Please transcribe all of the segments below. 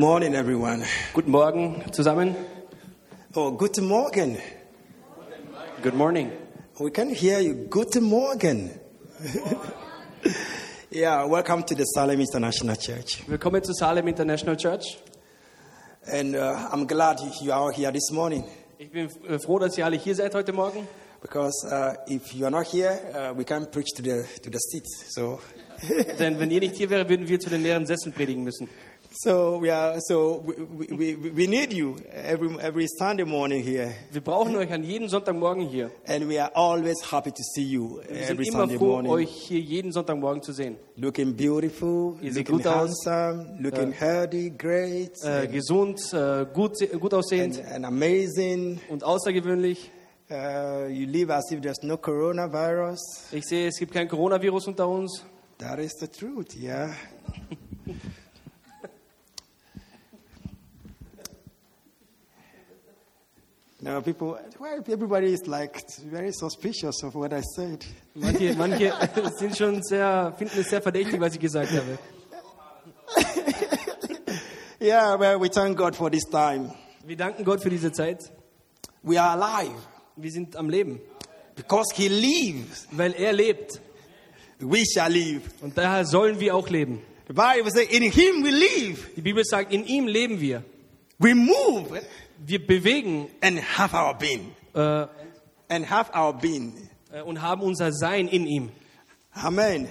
Morning, everyone. Guten Morgen zusammen. Oh, guten Morgen. Good morning. We can hear you. Guten Morgen. yeah, welcome to the Salem International Church. Willkommen zu Salem International Church. And uh, I'm glad you are all here this morning Ich bin äh, froh, dass ihr alle hier seid heute Morgen. because uh, if you are not here, uh, we can't preach to the, to the seats. So, Denn wenn ihr nicht hier wäre, würden wir zu den leeren Sesseln predigen müssen. so, we are, so we, we, we, we need you every, every Sunday morning here. Wir brauchen euch an jedem Sonntagmorgen hier. And we are always happy to see you Wir every sind immer Sunday froh, morning. euch hier jeden Sonntagmorgen zu sehen. Looking beautiful, Ihr seht looking gut aus. handsome, looking healthy, great. Äh, gesund, äh, gut, se- gut and, aussehend and amazing. und außergewöhnlich. Uh, you live as if there's no coronavirus. Ich sehe, es gibt kein Coronavirus unter uns. That is the truth, yeah. now, people, well, everybody is like very suspicious of what I said. Manche, manche sind schon sehr, finden es sehr verdächtig, was ich gesagt habe. Yeah, well, we thank God for this time. Wir danken Gott für diese Zeit. We are alive Wir sind am Leben, because He lives. weil er lebt. We shall live. Und daher sollen wir auch leben. The Bible says, In Him we live, Die Bibel sagt, in ihm leben wir. we move, Wir bewegen and have our being. äh, And have our being. äh, und haben unser Sein in ihm. Amen.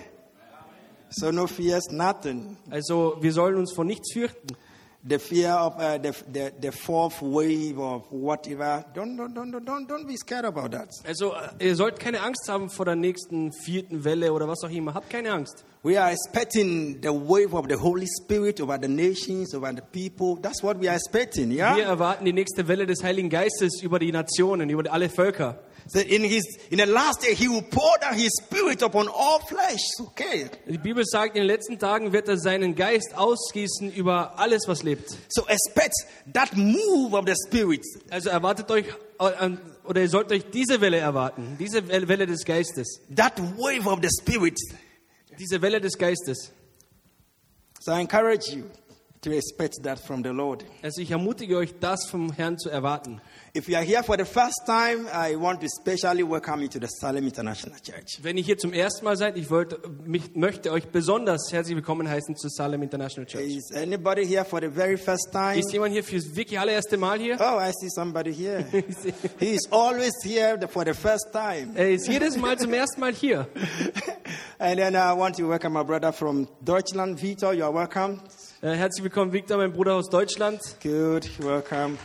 So no fears, nothing. Also wir sollen uns vor nichts fürchten. The fear of uh, the, the the fourth wave of whatever. Don't don't don't don't- don't don't be scared about that. Also äh, ihr sollt keine Angst haben vor der nächsten vierten Welle oder was auch immer. Habt keine Angst. We are expecting the wave of the Holy Spirit over the nations, over the people. That's what we are expecting. Wir Yeah. erwarten die nächste Welle des Heiligen Geistes über die Nationen, über alle Völker. So in his in the last day, he will pour down his spirit upon all flesh. Okay. Die Bibel sagt, in den letzten Tagen wird er seinen Geist ausgießen über alles, was lebt. So expect that move of the spirit. Also erwartet euch äh, an- oder ihr sollt euch diese Welle erwarten, diese Wel- Welle des Geistes, That wave of the spirit. diese Welle des Geistes. So I encourage you to expect that from the Lord. Also ich ermutige euch, das vom Herrn zu erwarten. If you are here for the first time, I want to specially welcome you to the Salem International Church. Wenn ihr hier zum ersten Mal seid, ich wollte, mich, möchte euch besonders herzlich willkommen heißen zu Salem International Church. Is anybody here for the very first time? Ist jemand hier fürs wirklich allererste Mal hier? Oh, I see somebody here. Ich sehe- he is always here for the first time. Er ist jedes Mal zum ersten Mal hier. and then I want to welcome my brother from Deutschland, Vito. You are welcome. Äh, herzlich willkommen, Victor, mein Bruder aus Deutschland. Good, welcome.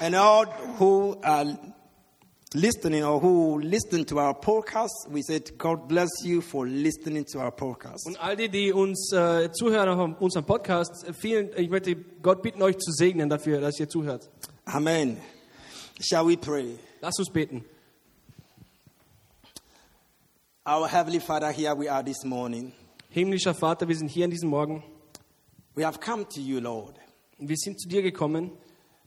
And all who are listening or who listen to our podcast, we said, God bless you for listening to our podcast. Und all die, die uns äh, zuhören auf unserem Podcast, äh, vielen, ich möchte Gott bitten, euch zu segnen dafür, dass ihr zuhört. Amen. Shall we pray? Lasst uns beten. Our Heavenly Father, here we are this morning. Himmlischer Vater, wir sind hier an diesem Morgen. We have come to you, Lord, Wir sind zu dir gekommen,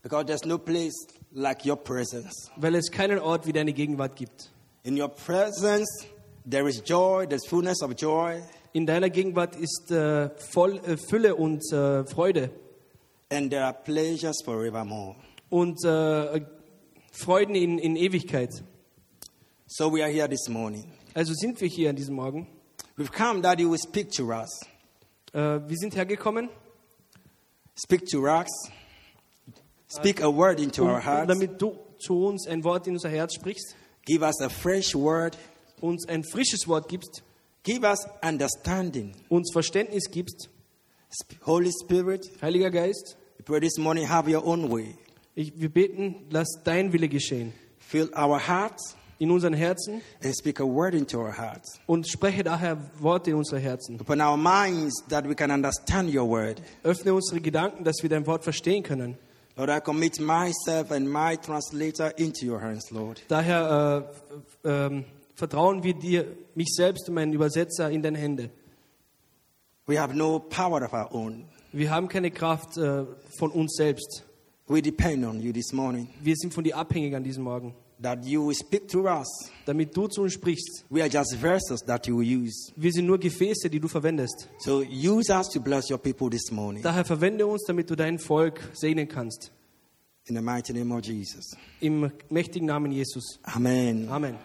because there's no place like your presence. weil es keinen Ort wie deine Gegenwart gibt. In your presence, there is joy, there's fullness of joy, In deiner Gegenwart ist äh, voll äh, Fülle und äh, Freude and there are pleasures forevermore. und äh, Freuden in, in Ewigkeit. So we are here this morning. Also sind wir hier an diesem Morgen. We've come that you will speak to us. Äh, wir sind hergekommen, Speak to us. Speak a word into um, our um, hearts. damit du zu uns ein Wort in unser Herz sprichst, Give us a fresh word. uns ein frisches Wort gibst, Give us understanding. uns Verständnis gibst. Sp- Holy Spirit, Heiliger Geist, we pray this morning, have your own way. ich, wir beten, lass dein Wille geschehen Fill our hearts in unseren Herzen and speak a word into our hearts. und spreche daher Worte in unsere Herzen. Open our minds that we can understand your word. Öffne unsere Gedanken, dass wir dein Wort verstehen können. Lord, I commit myself and my translator into your hands, Lord. Daher äh, f- ähm, vertrauen wir dir, mich selbst und meinen Übersetzer in deine Hände. We have no power of our own. Wir haben keine Kraft äh, von uns selbst. We depend on you this morning. Wir sind von dir abhängig an diesem Morgen. that you will speak through us. damit du zu uns sprichst. We are just vessels that you will use. Wir sind nur Gefäße, die du verwendest. So use us to bless your people this morning. Daher verwende uns, damit du dein Volk segnen kannst. In the mighty name of Jesus. Im mächtigen Namen Jesus. Amen. Amen.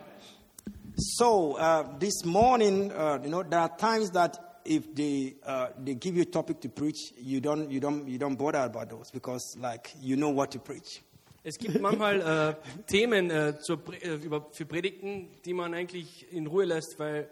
So uh, this morning, uh, you know, there are times that if they uh, they give you a topic to preach, you don't you don't you don't bother about those because like you know what to preach. Es gibt manchmal äh, Themen äh, zur, Pre- äh, über, für Predigten, die man eigentlich in Ruhe lässt, weil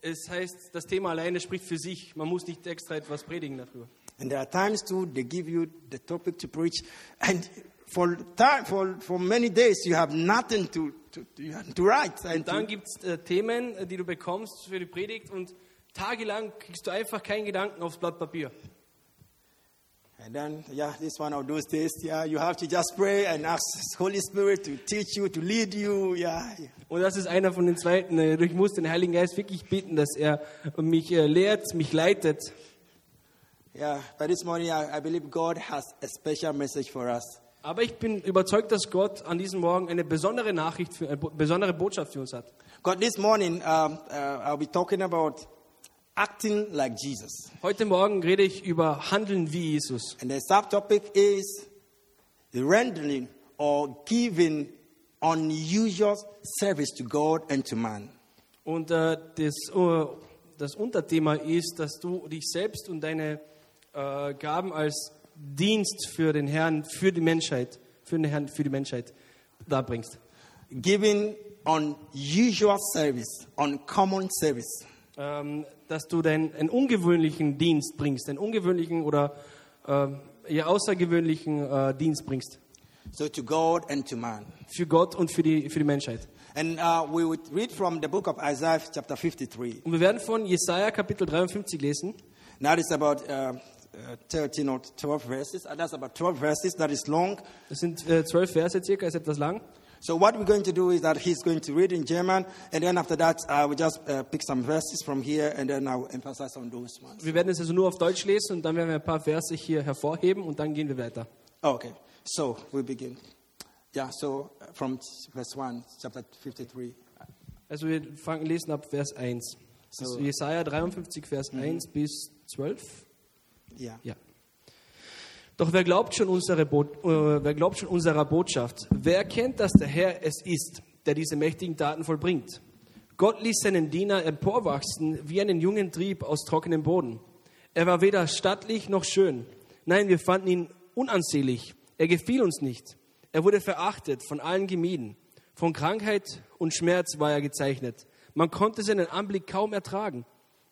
es heißt, das Thema alleine spricht für sich. Man muss nicht extra etwas predigen darüber. And there are times too they give you the topic to preach, and for time for, for many days you have nothing to to, to, to write and Und dann to, gibt es äh, Themen, äh, die du bekommst für die Predigt und tagelang kriegst du einfach keinen Gedanken aufs Blatt Papier. and then yeah, this one of those days yeah you have to just pray and ask Holy Spirit to teach you to lead you yeah. yeah. Und das ist einer von den Zweiten. äh, Ich muss den Heiligen Geist wirklich bitten, dass er mich äh, lehrt, mich leitet. Yeah, but this morning I, I believe God has a special message for us. Aber ich bin überzeugt, dass Gott an diesem Morgen eine besondere Nachricht, für, eine bo- besondere Botschaft für uns hat. God, this morning um, uh, I'll be talking about acting like Jesus. Heute Morgen rede ich über Handeln wie Jesus. And the subtopic is rendering or giving unusual service to God and to man. Und äh, das, äh, das Unterthema ist, dass du dich selbst und deine äh, Gaben als Dienst für den Herrn, für die Menschheit, für den Herrn, für die Menschheit darbringst. Giving unusual service, uncommon service. ähm, dass du dein, einen ungewöhnlichen Dienst bringst, einen ungewöhnlichen oder ähm, ja, außergewöhnlichen äh, Dienst bringst. So to God and to man. Für Gott und für die, für die Menschheit. And uh, we would read from the book of Isaiah chapter 53. Und wir werden von Jesaja Kapitel 53 lesen. Now it's about uh, uh, 13 or 12 verses. And that's about 12 verses. That is long. Das sind äh, zwölf Verse circa, ist etwas lang. So what we're going to do is that he's going to read in German, and then after that, I will just uh, pick some verses from here, and then I will emphasize on those ones. Wir werden es also nur auf Deutsch lesen und dann werden wir ein paar Verse hier hervorheben und dann gehen wir weiter. okay, so we begin. Yeah, so uh, from verse 1, chapter 53. Also wir fangen lesen ab Vers 1. Das ist So. Jesaja 53, Vers 1 bis 12. Yeah. Ja. Doch wer glaubt, schon unsere Bo äh, wer glaubt schon unserer Botschaft? Wer kennt, dass der Herr es ist, der diese mächtigen Taten vollbringt? Gott ließ seinen Diener emporwachsen wie einen jungen Trieb aus trockenem Boden. Er war weder stattlich noch schön. Nein, wir fanden ihn unansehlich. Er gefiel uns nicht. Er wurde verachtet, von allen gemieden. Von Krankheit und Schmerz war er gezeichnet. Man konnte seinen Anblick kaum ertragen.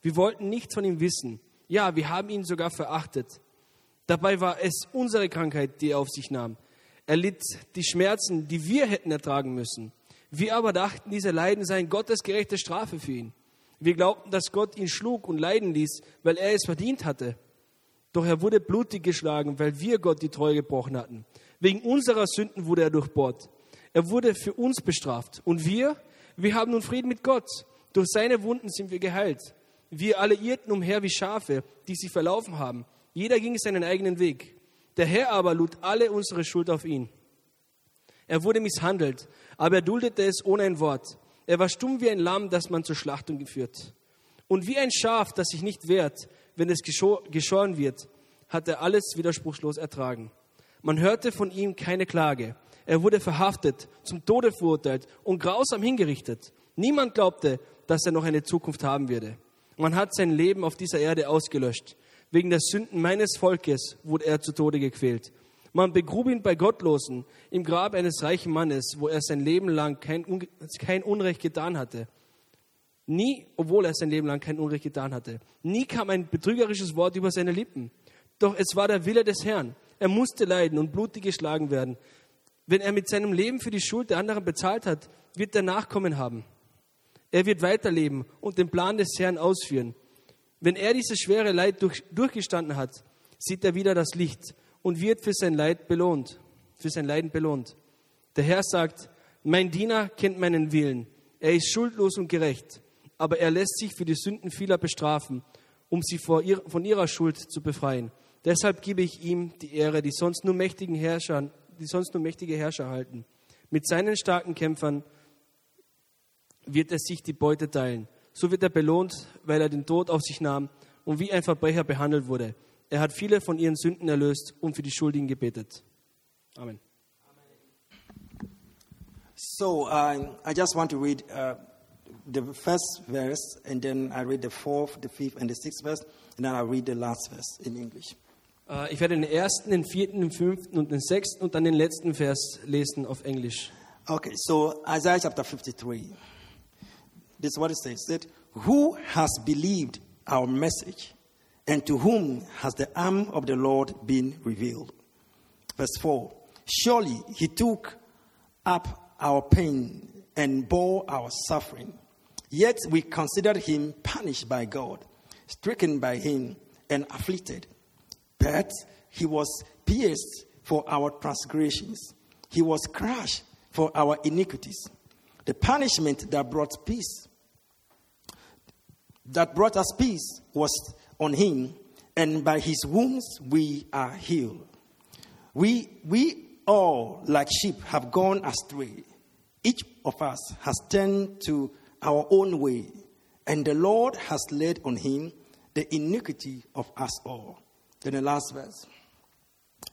Wir wollten nichts von ihm wissen. Ja, wir haben ihn sogar verachtet. Dabei war es unsere Krankheit, die er auf sich nahm. Er litt die Schmerzen, die wir hätten ertragen müssen. Wir aber dachten, diese Leiden seien Gottes gerechte Strafe für ihn. Wir glaubten, dass Gott ihn schlug und leiden ließ, weil er es verdient hatte. Doch er wurde blutig geschlagen, weil wir Gott die Treue gebrochen hatten. Wegen unserer Sünden wurde er durchbohrt. Er wurde für uns bestraft. Und wir? Wir haben nun Frieden mit Gott. Durch seine Wunden sind wir geheilt. Wir alle irrten umher wie Schafe, die sich verlaufen haben. Jeder ging seinen eigenen Weg. Der Herr aber lud alle unsere Schuld auf ihn. Er wurde misshandelt, aber er duldete es ohne ein Wort. Er war stumm wie ein Lamm, das man zur Schlachtung geführt. Und wie ein Schaf, das sich nicht wehrt, wenn es gescho- geschoren wird, hat er alles widerspruchslos ertragen. Man hörte von ihm keine Klage. Er wurde verhaftet, zum Tode verurteilt und grausam hingerichtet. Niemand glaubte, dass er noch eine Zukunft haben würde. Man hat sein Leben auf dieser Erde ausgelöscht. Wegen der Sünden meines Volkes wurde er zu Tode gequält. Man begrub ihn bei Gottlosen im Grab eines reichen Mannes, wo er sein Leben lang kein, Unge- kein Unrecht getan hatte. Nie, obwohl er sein Leben lang kein Unrecht getan hatte. Nie kam ein betrügerisches Wort über seine Lippen. Doch es war der Wille des Herrn. Er musste leiden und blutig geschlagen werden. Wenn er mit seinem Leben für die Schuld der anderen bezahlt hat, wird er Nachkommen haben. Er wird weiterleben und den Plan des Herrn ausführen. Wenn er dieses schwere Leid durch, durchgestanden hat, sieht er wieder das Licht und wird für sein Leid belohnt, für sein Leiden belohnt. Der Herr sagt, mein Diener kennt meinen Willen. Er ist schuldlos und gerecht, aber er lässt sich für die Sünden vieler bestrafen, um sie vor ihr, von ihrer Schuld zu befreien. Deshalb gebe ich ihm die Ehre, die sonst nur mächtigen Herrschern, die sonst nur mächtige Herrscher halten. Mit seinen starken Kämpfern wird er sich die Beute teilen. So wird er belohnt, weil er den Tod auf sich nahm und wie ein Verbrecher behandelt wurde. Er hat viele von ihren Sünden erlöst und für die Schuldigen gebetet. Amen. So um, I just want to read uh, the first verse, and then I read the fourth, the fifth, and the sixth verse, and then I read the last verse in English. Äh, Ich werde den ersten, den vierten, den fünften und den sechsten und dann den letzten Vers lesen auf Englisch. Okay, so Isaiah chapter 53. This is what it says. It said, Who has believed our message, and to whom has the arm of the Lord been revealed? Verse 4 Surely he took up our pain and bore our suffering. Yet we considered him punished by God, stricken by him, and afflicted. But he was pierced for our transgressions, he was crushed for our iniquities. The punishment that brought peace that brought us peace was on him, and by his wounds we are healed. We, we all, like sheep, have gone astray. Each of us has turned to our own way, and the Lord has laid on him the iniquity of us all. Then the last verse.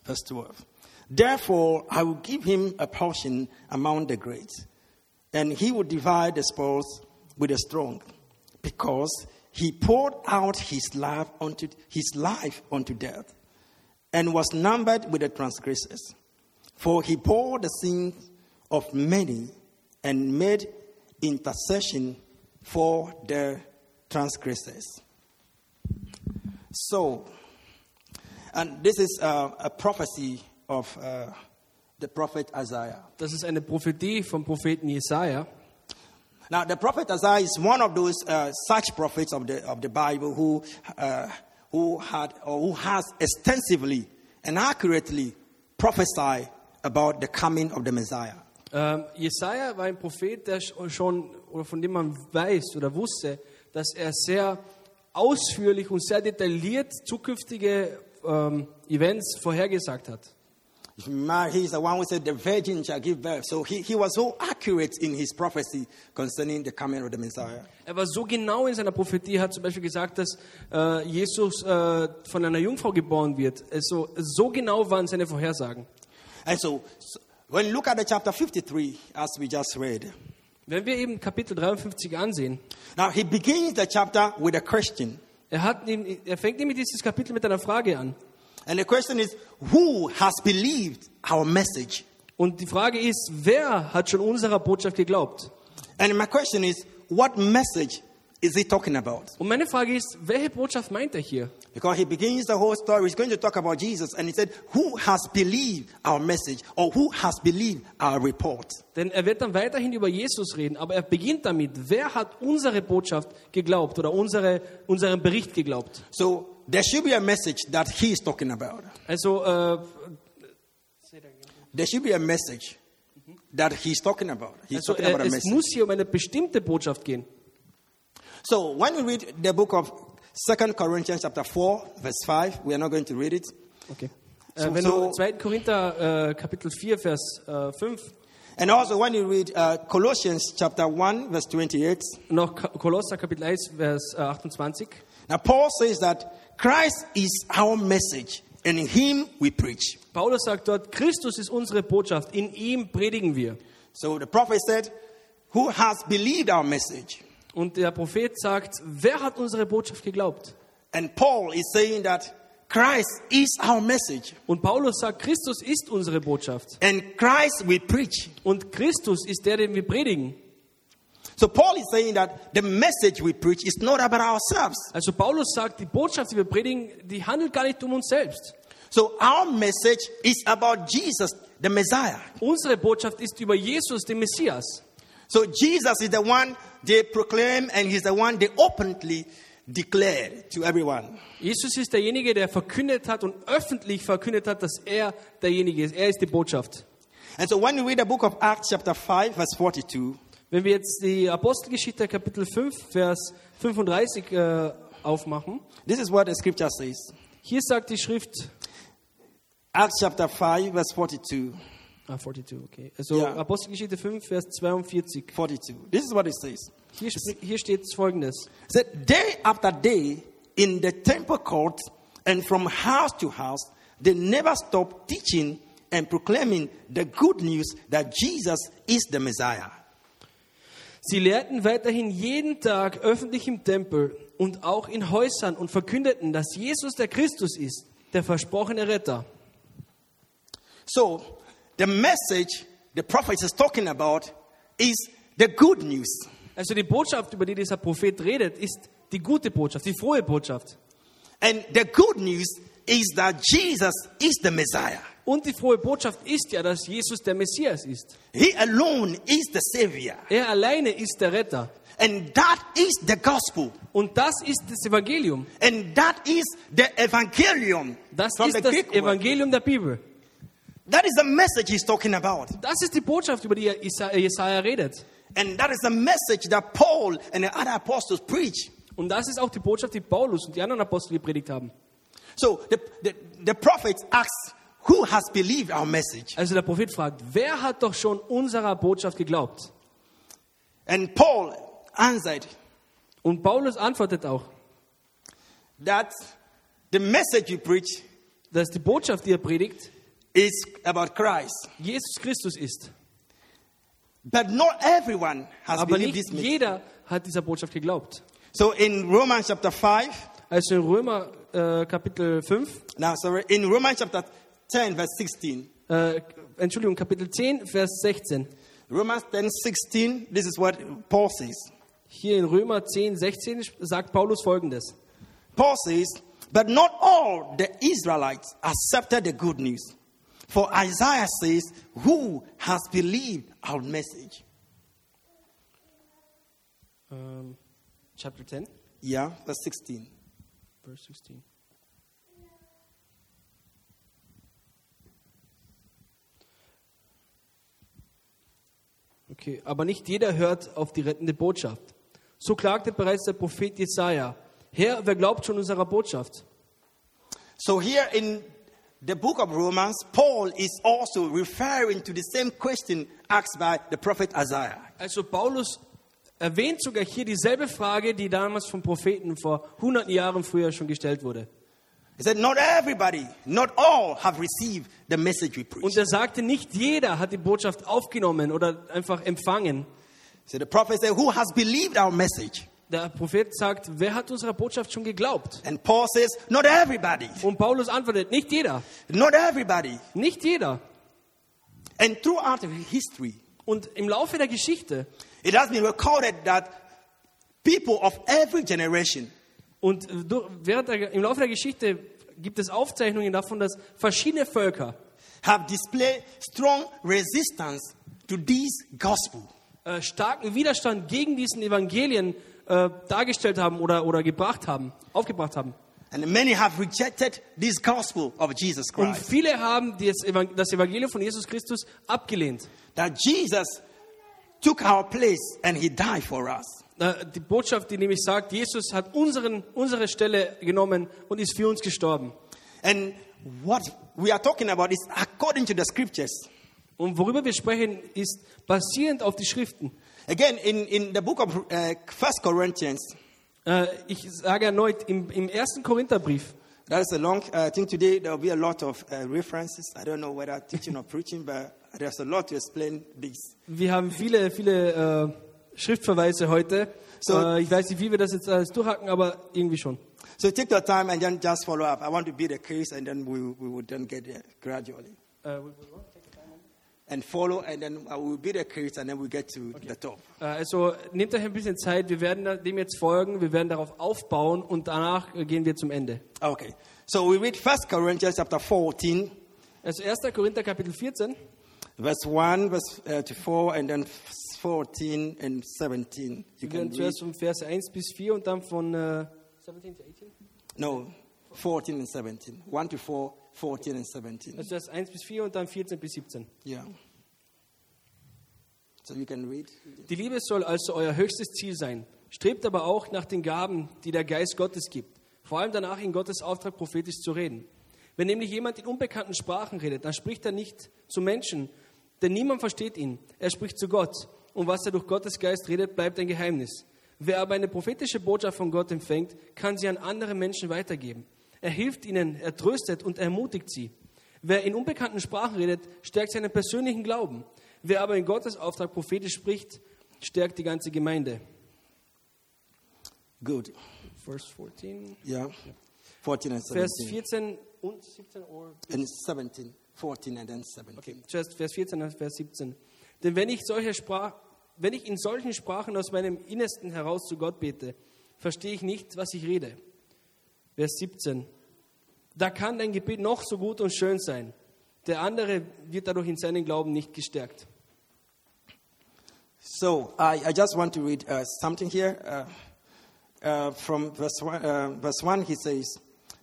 Verse 12. Therefore, I will give him a portion among the great, and he will divide the spoils with the strong, because he poured out his life unto, his life unto death, and was numbered with the transgressors. For he bore the sins of many, and made intercession for the transgressors. So, and this is uh, a prophecy of uh, the prophet Isaiah. Das ist eine Prophetie vom Propheten Jesaja. Now, the prophet Isaiah is one of those uh, such prophets of the, of the Bible who, uh, who had or who has extensively and accurately prophesied about the coming of the Messiah. Ähm, Jesaja war ein Prophet, der sch- schon, oder von dem man weiß oder wusste, dass er sehr ausführlich und sehr detailliert zukünftige ähm, Events vorhergesagt hat. If you remember, He is the one who said, The virgin shall give birth. So he, he was so accurate in his prophecy concerning the coming of the Messiah. Er war so genau in seiner Prophetie, hat zum Beispiel gesagt, dass äh, Jesus äh, von einer Jungfrau geboren wird. Also, so genau waren seine Vorhersagen. And so, so when you look at the chapter 53, as we just read, Wenn wir eben Kapitel 53 ansehen, now he begins the chapter with a question. er, hat, ihm- er fängt nämlich dieses Kapitel mit einer Frage an. And the question is, who has believed our message? Und die Frage ist, wer hat schon unserer Botschaft geglaubt? And my question is, what message is he talking about? Und meine Frage ist, welche Botschaft meint er hier? Because he begins the whole story. He's going to talk about Jesus. And he said, who has believed our message or who has believed our report? Denn er wird dann weiterhin über Jesus reden, aber er beginnt damit, wer hat unsere Botschaft geglaubt oder unsere, unseren Bericht geglaubt? So there should be a message that he is talking about. Also äh, There should be a message that he's talking about. He's Also, talking about äh, a es message. muss hier um eine bestimmte Botschaft gehen. So when we read the book of Second Corinthians chapter 4, verse 5, we are not going to read it. Okay. So- Äh, wenn so- du 2. Korinther äh, Kapitel 4, Vers äh, 5 And also when you read uh, Colossians chapter 1, verse 28, noch Ka- Kolosser Kapitel 1, Vers äh, 28, now Paul says that Christ is our message and in him we preach. Paulus sagt dort, Christus ist unsere Botschaft, in ihm predigen wir. So the prophet said, who has believed our message? Und der Prophet sagt, wer hat unsere Botschaft geglaubt? And Paul is saying that Christ is our message Und Paulus sagt, Christus ist unsere Botschaft. and Christ we preach. Und Christus ist der, den wir predigen. So Paul is saying that the message we preach is not about ourselves. Also Paulus sagt, die Botschaft, die wir predigen, die handelt gar nicht um uns selbst. So our message is about Jesus, the Messiah. Unsere Botschaft ist über Jesus, den Messias. So Jesus is the one they proclaim and he's the one they openly declare to everyone. Jesus ist derjenige, der verkündet hat und öffentlich verkündet hat, dass er derjenige ist. Er ist die Botschaft. And so when you read the book of Acts chapter 5 verse 42, Wenn wir jetzt die Apostelgeschichte Kapitel 5, Vers 35 äh, aufmachen, this is what the scripture says. hier sagt die Schrift Acts chapter 5 verse 42. Ah, 42, okay. Also Ja. Apostelgeschichte 5, Vers 42. 42. This is what it says. Hier, spri- hier steht folgendes. It said, Day after day in the temple court and from house to house, they never stopped teaching and proclaiming the good news that Jesus is the Messiah. Sie lehrten weiterhin jeden Tag öffentlich im Tempel und auch in Häusern und verkündeten, dass Jesus der Christus ist, der versprochene Retter. So, the message the prophet is talking about is the good news. Also die Botschaft, über die dieser Prophet redet, ist die gute Botschaft, die frohe Botschaft. And the good news is that Jesus is the Messiah. Und die frohe Botschaft ist ja, dass Jesus der Messias ist. He alone is the Savior. Er alleine ist der Retter. And that is the gospel. Und das ist das Evangelium. And that is the evangelion. Das from the ist das Greek word. Evangelium der Bibel. That is the message he's talking about. Das ist die Botschaft, über die Isa- Jesaja redet. And that is the message that Paul and the other apostles preach. Und das ist auch die Botschaft, die Paulus und die anderen Apostel gepredigt haben. So the, the, the prophet asks, Who has believed our message? Also der Prophet fragt, wer hat doch schon unserer Botschaft geglaubt? And Paul answered Und Paulus antwortet auch, that the message you preach dass die Botschaft, die er predigt, is about Christ. Jesus Christus ist. But not everyone has Aber believed nicht this message. jeder hat dieser Botschaft geglaubt. So in Romans chapter 5, Also in Römer äh, Kapitel 5, now sorry, in Romans chapter 10, verse 16. äh, Entschuldigung, Kapitel 10, Vers 16. Romans 10, 16, this is what Paul says. Hier in Römer 10, 16 sagt Paulus folgendes. Paul says, But not all the Israelites accepted the good news. For Isaiah says, Who has believed our message? Ähm, Chapter 10, Yeah, verse 16. Vers 16. Okay, aber nicht jeder hört auf die rettende Botschaft. So klagte bereits der Prophet Jesaja: Herr, wer glaubt schon unserer Botschaft? So here in the book of Romans, Paul is also referring to the same question asked by the prophet Isaiah. Also Paulus erwähnt sogar hier dieselbe Frage, die damals vom Propheten vor hunderten Jahren früher schon gestellt wurde. He said, Not everybody, not all have received the message we preach. Und er sagte, nicht jeder hat die Botschaft aufgenommen oder einfach empfangen. So the prophet said, Who has believed our message? Der Prophet sagt, wer hat unserer Botschaft schon geglaubt? And Paul says, Not everybody, Und Paulus antwortet, nicht jeder, not everybody. nicht jeder. And throughout history, Und im Laufe der Geschichte It has been recorded that people of every generation und äh, du- während der, im Laufe der Geschichte gibt es Aufzeichnungen davon, dass verschiedene Völker have displayed strong resistance to this gospel. äh, starken Widerstand gegen diesen Evangelien äh, dargestellt haben oder, oder gebracht haben, aufgebracht haben. And many have rejected this gospel of Jesus Und Christ. viele haben das Evan- das Evangelium von Jesus Christus abgelehnt. That Jesus took our place and he died for us. Äh, Die Botschaft, die nämlich sagt, Jesus hat unseren, unsere Stelle genommen und ist für uns gestorben. And what we are talking about is according to the scriptures. Und worüber wir sprechen, ist basierend auf die Schriften. Again, in, in the book of uh, 1 Corinthians, Äh, Ich sage erneut, im, im ersten Korintherbrief, that is a long, uh, I think today there will be a lot of uh, references. I don't know whether teaching or preaching, but there's a lot to explain this. wir haben viele, viele äh, Schriftverweise heute. So- Äh, Ich weiß nicht, wie wir das jetzt alles durchhacken, aber irgendwie schon. So take your time and then just follow up. I want to be the case and then we, we will then get there gradually. Äh, And follow and then I will be the case and then we get to the top. Äh, Also nehmt euch ein bisschen Zeit, wir werden da- dem jetzt folgen, wir werden darauf aufbauen und danach äh, gehen wir zum Ende. Okay. So we read 1 Corinthians chapter 14, Also 1. Korinther Kapitel 14, verse 1 verse, uh, to 4 and then 14 and 17. You wir can werden read. zuerst von Verse 1 bis 4 und dann von äh, 17 to 18. No, 14 and 17. 1 to 4, 14 and 17. Also erst 1 bis 4 und dann 14 bis 17. Yeah. So you can read. Die Liebe soll also euer höchstes Ziel sein. Strebt aber auch nach den Gaben, die der Geist Gottes gibt. Vor allem danach, in Gottes Auftrag prophetisch zu reden. Wenn nämlich jemand in unbekannten Sprachen redet, dann spricht er nicht zu Menschen, Denn niemand versteht ihn. Er spricht zu Gott. Und was er durch Gottes Geist redet, bleibt ein Geheimnis. Wer aber eine prophetische Botschaft von Gott empfängt, kann sie an andere Menschen weitergeben. Er hilft ihnen, er tröstet und ermutigt sie. Wer in unbekannten Sprachen redet, stärkt seinen persönlichen Glauben. Wer aber in Gottes Auftrag prophetisch spricht, stärkt die ganze Gemeinde. Good. Vers 14. Yeah. 14 and Vers 17. 14 und 17 or And 17. 14 and then 17. Okay, zuerst Vers 14 und Vers 17. Denn wenn ich, solche Sprach, wenn ich in solchen Sprachen aus meinem Innersten heraus zu Gott bete, verstehe ich nicht, was ich rede. Vers 17. Da kann dein Gebet noch so gut und schön sein. Der andere wird dadurch in seinen Glauben nicht gestärkt. So I, I just want to read uh, something here uh, uh, from verse one, uh, verse 1. He says,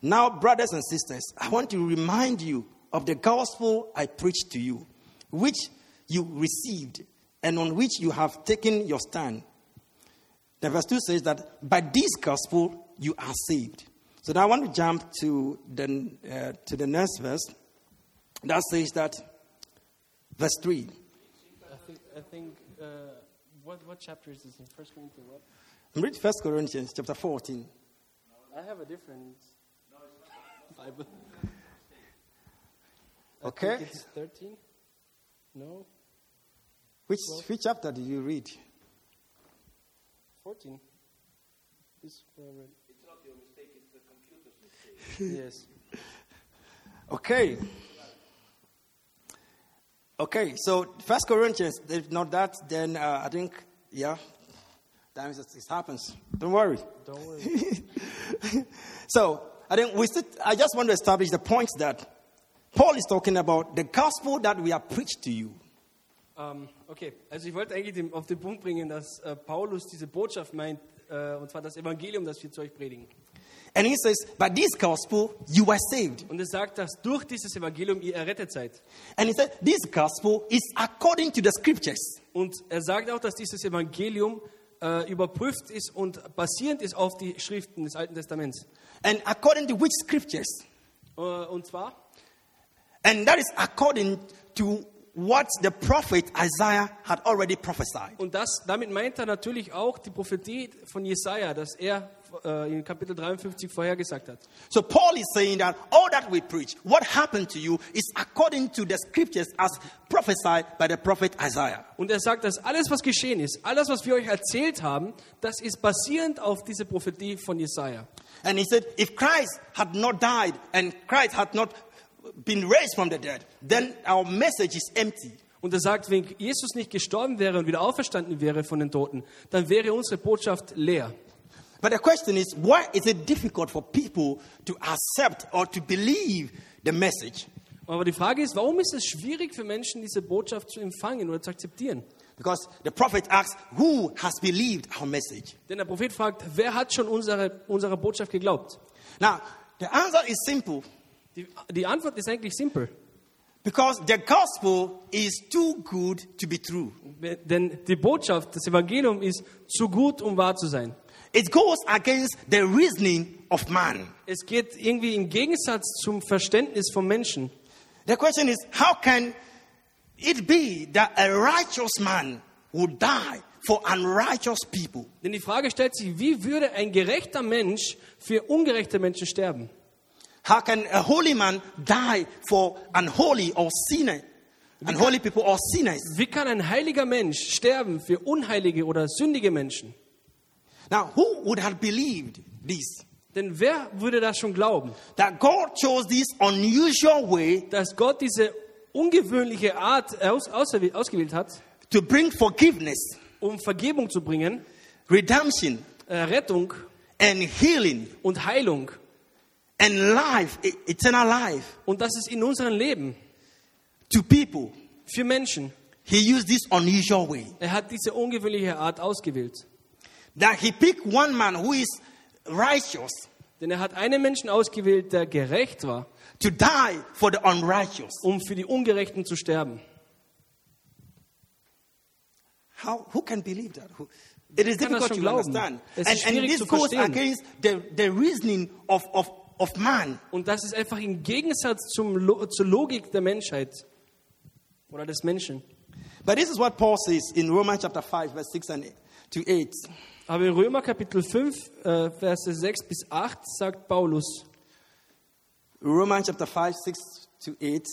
Now, brothers and sisters, I want to remind you of the gospel I preached to you, which you received and on which you have taken your stand. Then verse 2 says that by this gospel you are saved. So now I want to jump to the, uh, to the next verse that says that, verse 3. I think, uh, what, chapter is this in? First Corinthians what? Read 1 Corinthians chapter 14. I have a different Bible. I Okay. think it's 13? No? Which, which chapter did you read? 14. This It's not your mistake, it's the computer's mistake. Okay. Okay, so First Corinthians, if not that, then uh, I think, yeah, that means it, it happens. Don't worry. yes, don't worry. So I think we sit, I just want to establish the point that Paul is talking about the gospel that we have preached to you. Ähm, okay, also ich wollte eigentlich dem, auf den Punkt bringen, dass äh, Paulus diese Botschaft meint, äh, und zwar das Evangelium, das wir zu euch predigen. And he says, by this gospel, you were saved. Und er sagt, dass durch dieses Evangelium ihr errettet seid. And he said, this gospel is according to the scriptures. Und er sagt auch, dass dieses Evangelium äh, überprüft ist und basierend ist auf die Schriften des Alten Testaments. And according to which scriptures? Äh, und zwar And that is according to what the prophet Isaiah had already prophesied. Und das, damit meint er natürlich auch die Prophetie von Jesaja, dass er äh, in Kapitel 53 vorhergesagt hat. So Paul is saying that all that we preach, what happened to you, is according to the scriptures as prophesied by the prophet Isaiah. Und er sagt, dass alles, was geschehen ist, alles, was wir euch erzählt haben, das ist basierend auf diese Prophetie von Jesaja. And he said, if Christ had not died and Christ had not been raised from the dead, then our message is empty. Und er sagt, wenn Jesus nicht gestorben wäre und wieder auferstanden wäre von den Toten, dann wäre unsere Botschaft leer. But the question is, why is it difficult for people to accept or to believe the message? Aber die Frage ist, warum ist es schwierig für Menschen, diese Botschaft zu empfangen oder zu akzeptieren? Because the prophet asks, who has believed our message? Denn der Prophet fragt, wer hat schon unsere, unserer Botschaft geglaubt? Now, the answer is simple Die, die Antwort ist eigentlich simpel. because the gospel is too good to be true. Denn die Botschaft, das Evangelium ist zu gut, um wahr zu sein. It goes against the reasoning of man. Es geht irgendwie im Gegensatz zum Verständnis vom Menschen. The question is how can it be that a righteous man would die for unrighteous people? Denn die Frage stellt sich, wie würde ein gerechter Mensch für ungerechte Menschen sterben? How can a holy man die for unholy or sinner? Unholy people or sinners. Wie kann ein heiliger Mensch sterben für unheilige oder sündige Menschen? Now, who would have believed this? Denn wer würde das schon glauben, That God chose this unusual way dass Gott diese ungewöhnliche Art aus, auserwäh- ausgewählt hat, to bring forgiveness, um Vergebung zu bringen, redemption, äh, Rettung and healing und Heilung? and life, e- eternal life Und das ist in unserem Leben to people. für Menschen. He used this unusual way Er hat diese ungewöhnliche Art ausgewählt. that he picked one man who is righteous Denn er hat einen Menschen ausgewählt, der gerecht war, to die for the unrighteous. um für die Ungerechten zu sterben. How, who can believe that? Who, it is kann difficult das to schon glauben? understand. Es And, ist and schwierig this zu goes verstehen. against the, the reasoning of, of, of man. Und das ist einfach im Gegensatz zum, Lo- zur Logik der Menschheit. oder des Menschen. But this is what Paul says in Romans chapter 5, verse 6 and to 8. Aber in Römer Kapitel 5, äh, Verse 6 bis 8 sagt Paulus, Romans chapter 5, 6 to 8.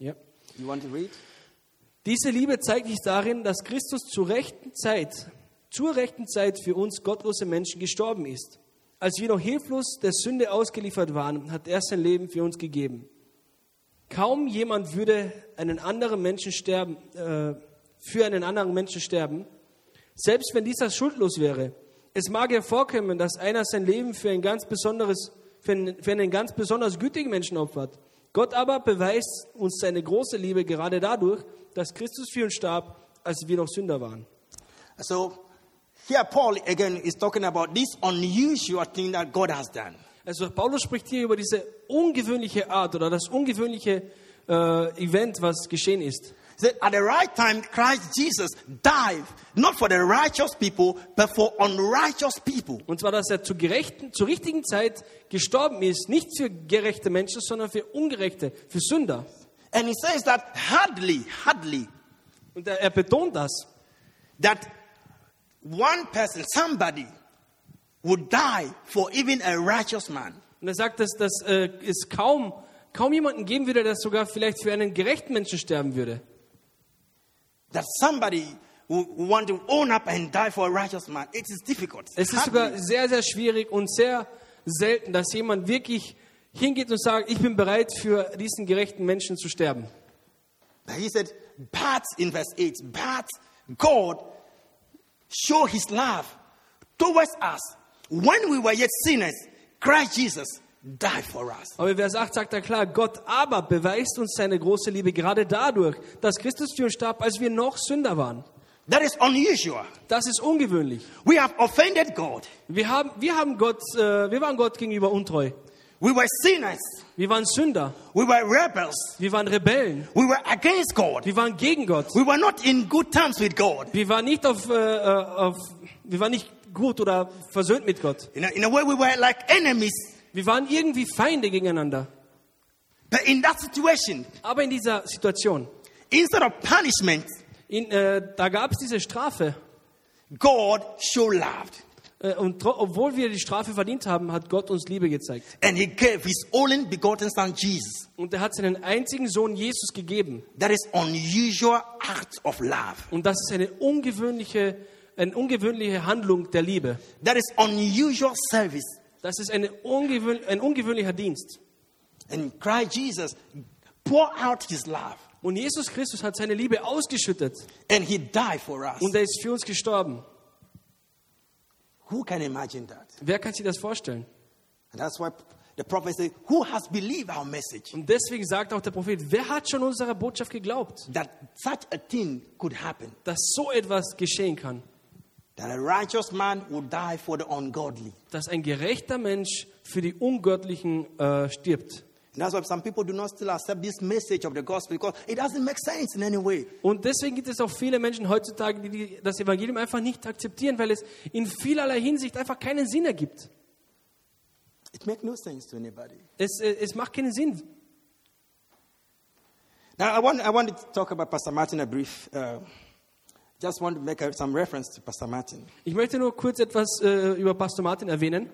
ja, You want to read? Diese Liebe zeigt sich darin, dass Christus zur rechten Zeit, zur rechten Zeit für uns gottlose Menschen gestorben ist. Als wir noch hilflos der Sünde ausgeliefert waren, hat er sein Leben für uns gegeben. Kaum jemand würde einen anderen Menschen sterben, äh, für einen anderen Menschen sterben, selbst wenn dieser schuldlos wäre. Es mag ja vorkommen, dass einer sein Leben für, ein ganz besonderes, für, einen, für einen ganz besonders gütigen Menschen opfert. Gott aber beweist uns seine große Liebe gerade dadurch, dass Christus für uns starb, als wir noch Sünder waren. So here Paul again is talking about this unusual thing that God has done. Also Paulus spricht hier über diese ungewöhnliche Art oder das ungewöhnliche äh, Event, was geschehen ist. He said, At the right time, Christ Jesus died, not for the righteous people, but for unrighteous people. Und zwar, dass er zur, gerechten, zur richtigen Zeit gestorben ist, nicht für gerechte Menschen, sondern für Ungerechte, für Sünder. And he says that hardly, hardly, Und er, er betont das, that one person, somebody, would die for even a righteous man. Und er sagt, dass, dass äh, es kaum, kaum jemanden geben würde, der sogar vielleicht für einen gerechten Menschen sterben würde. That somebody would want to own up and die for a righteous man. It is difficult. Es ist sogar Hardly. sehr, sehr schwierig und sehr selten, dass jemand wirklich hingeht und sagt, ich bin bereit, für diesen gerechten Menschen zu sterben. But he said, but in verse 8, but God showed his love towards us. When we were yet sinners, Christ Jesus died for us. Aber wer sagt, sagt er klar, Gott aber beweist uns seine große Liebe gerade dadurch, dass Christus für uns starb, als wir noch Sünder waren. That is unusual. Das ist ungewöhnlich. We have offended God. Wir, haben, wir, haben Gott, äh, wir waren Gott gegenüber untreu. We were sinners. Wir waren Sünder. We were rebels. Wir waren Rebellen. We were against God. Wir waren gegen Gott. We were not in good terms with God. Wir waren nicht auf, äh, äh, auf wir waren nicht gut oder versöhnt mit Gott. In a, in a way, we were like enemies. Wir waren irgendwie Feinde gegeneinander. But in that situation, Aber in dieser Situation, instead of punishment, in, äh, da gab es diese Strafe. God showed love. Äh, und tro- obwohl wir die Strafe verdient haben, hat Gott uns Liebe gezeigt. And he gave his only begotten son, Jesus. Und er hat seinen einzigen Sohn Jesus gegeben. That is unusual act of love. Und das ist eine ungewöhnliche, eine ungewöhnliche Handlung der Liebe. That is unusual service. Das ist eine ungewöhn, ein ungewöhnlicher Dienst. And Christ Jesus poured out his love. Und Jesus Christus hat seine Liebe ausgeschüttet. And he died for us. Und er ist für uns gestorben. Who can imagine that? Wer kann sich das vorstellen? And that's why the prophet said, Who has believed our message? Und deswegen sagt auch der Prophet, wer hat schon unserer Botschaft geglaubt, That such a thing could happen. dass so etwas geschehen kann, That a righteous man would die for the ungodly. dass ein gerechter Mensch für die Ungöttlichen äh, stirbt. And that's why some people do not still accept this message of the gospel because it doesn't make sense in any way. Und deswegen gibt es auch viele Menschen heutzutage, die- die das Evangelium einfach nicht akzeptieren, weil es in vielerlei Hinsicht einfach keinen Sinn ergibt. It makes no sense to anybody. Es, äh, es macht keinen Sinn. Now, I want, I wanted to talk about Pastor Martin a brief. Uh, just want to make a, some reference to Pastor Martin. Ich möchte nur kurz etwas äh, über Pastor Martin erwähnen.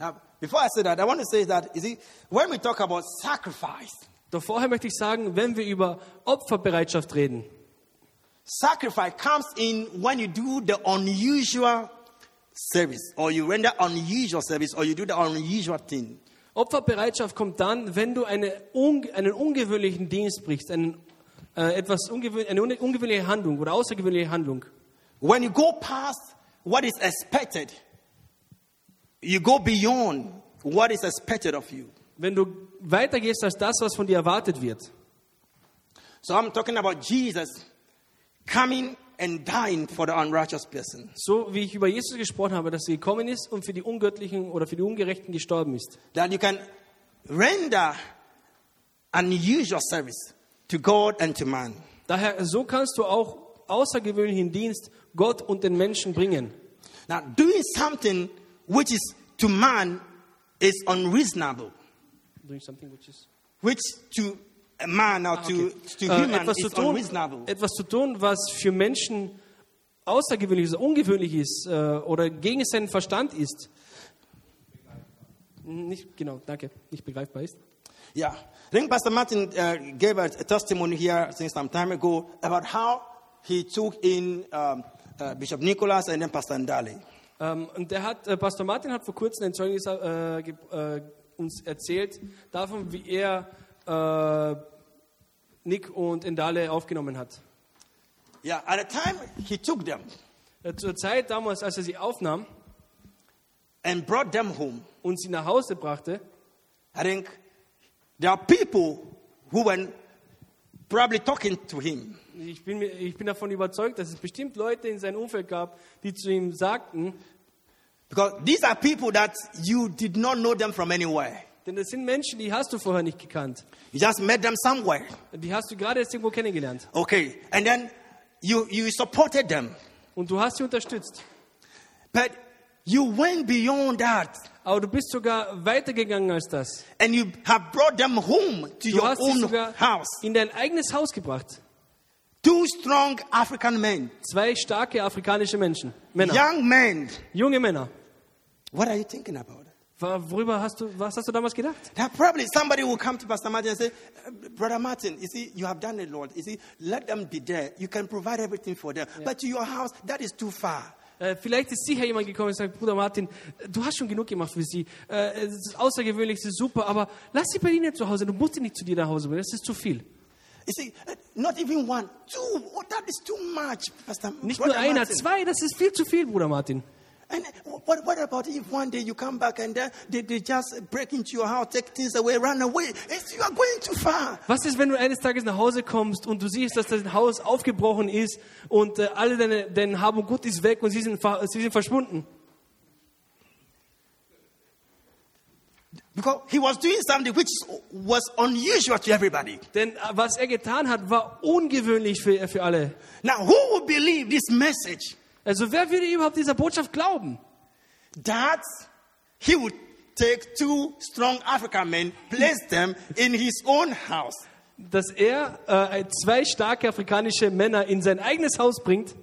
Now, before I say that, I want to say that, you see, when we talk about sacrifice, Doch vorher möchte ich sagen, wenn wir über Opferbereitschaft reden, sacrifice comes in when you do the unusual service, or you render unusual service, or you do the unusual thing. Opferbereitschaft kommt dann, wenn du eine un, einen ungewöhnlichen Dienst brichst, einen, äh, etwas ungewöhn, eine un- ungewöhnliche Handlung oder außergewöhnliche Handlung. When you go past what is expected, you go beyond what is expected of you. Wenn du weitergehst als das, was von dir erwartet wird. So I'm talking about Jesus coming and dying for the unrighteous person. So wie ich über Jesus gesprochen habe, dass er gekommen ist und für die Ungöttlichen oder für die Ungerechten gestorben ist. That you can render unusual service to God and to man. Daher, so kannst du auch außergewöhnlichen Dienst Gott und den Menschen bringen. Now, doing something which is to man is unreasonable, Doing something which is- which to man or to, to Äh, human etwas, zu is tun, unreasonable. etwas zu tun, was für Menschen außergewöhnlich ist, ungewöhnlich ist äh, oder gegen seinen Verstand ist. Nicht, genau, danke, nicht begreifbar ist. Yeah. I think Pastor Martin uh, gave a, a testimony here since some time ago about how he took in um, uh, Bishop Nicholas and then Pastor Ndale. Ähm, und der hat, äh, Pastor Martin hat vor kurzem ein Zeugnis äh, ge- äh, uns erzählt davon, wie er äh, Nick und Endale aufgenommen hat. Yeah, at the time he took them Äh, zur Zeit damals, als er sie aufnahm and brought them home. und sie nach Hause brachte, I think there are people who were probably talking to him. ich bin, mir- ich bin davon überzeugt, dass es bestimmt Leute in seinem Umfeld gab, die zu ihm sagten, Because these are people that you did not know them from anywhere. denn das sind Menschen, die hast du vorher nicht gekannt. You just met them somewhere. Die hast du gerade erst irgendwo kennengelernt. Okay. And then you, you supported them. Und du hast sie unterstützt. But you went beyond that Aber du bist sogar weitergegangen als das. and you have brought them home to Du your hast sie own sogar house. in dein eigenes Haus gebracht. Two strong African men, Zwei starke afrikanische Menschen, Männer, young men. junge Männer. What are you thinking about? Wa- Worüber hast du, was hast du damals gedacht? That probably somebody will come to Pastor Martin and say, "Uh, Brother Martin, you see, you have done it, Lord. You see, let them be there. You can provide everything for them. But to your house, that is too far. Äh, Vielleicht ist sicher jemand gekommen und sagt, Bruder Martin, äh, du hast schon genug gemacht für sie. Äh, Es ist außergewöhnlich, es ist super, aber lass sie bei ihnen zu Hause. Du musst sie nicht zu dir nach Hause bringen, das ist zu viel. You see, uh, not even one, two. Oh, that is too much, Pastor Nicht Brother nur einer, Martin. zwei, das ist viel zu viel, Bruder Martin. And eh, what, what about if one day you come back and then they, they just break into your house, take things away, run away? It's, you are going too far. Was ist, wenn du eines Tages nach Hause kommst und du siehst, dass dein Haus aufgebrochen ist und äh, alle deine, dein Hab und Gut ist weg und sie sind, ver- sie sind verschwunden? Because he was doing something which was unusual to everybody. Denn äh, was er getan hat, war ungewöhnlich für, für alle. Now, who would believe this message Also wer würde überhaupt dieser Botschaft glauben? that he would take two strong African men, place them in his own house? Dass er äh, zwei starke afrikanische Männer in sein eigenes Haus bringt,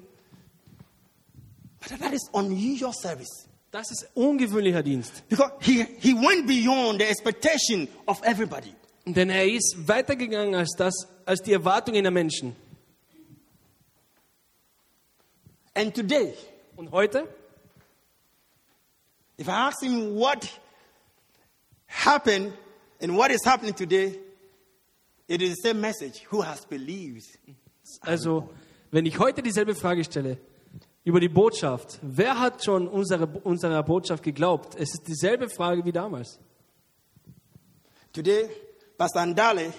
But that is unusual service. das ist ungewöhnlicher Dienst. Because he, he went beyond the expectation of everybody. Denn er ist weitergegangen als das, als die Erwartungen der Menschen. And today, Und heute, If I ask him what happened and what is happening today, it is the same message. Who has believed? also wenn ich heute dieselbe Frage stelle über die Botschaft, wer hat schon unsere, unserer Botschaft geglaubt? Es ist dieselbe Frage wie damals. Today, Pastor Andale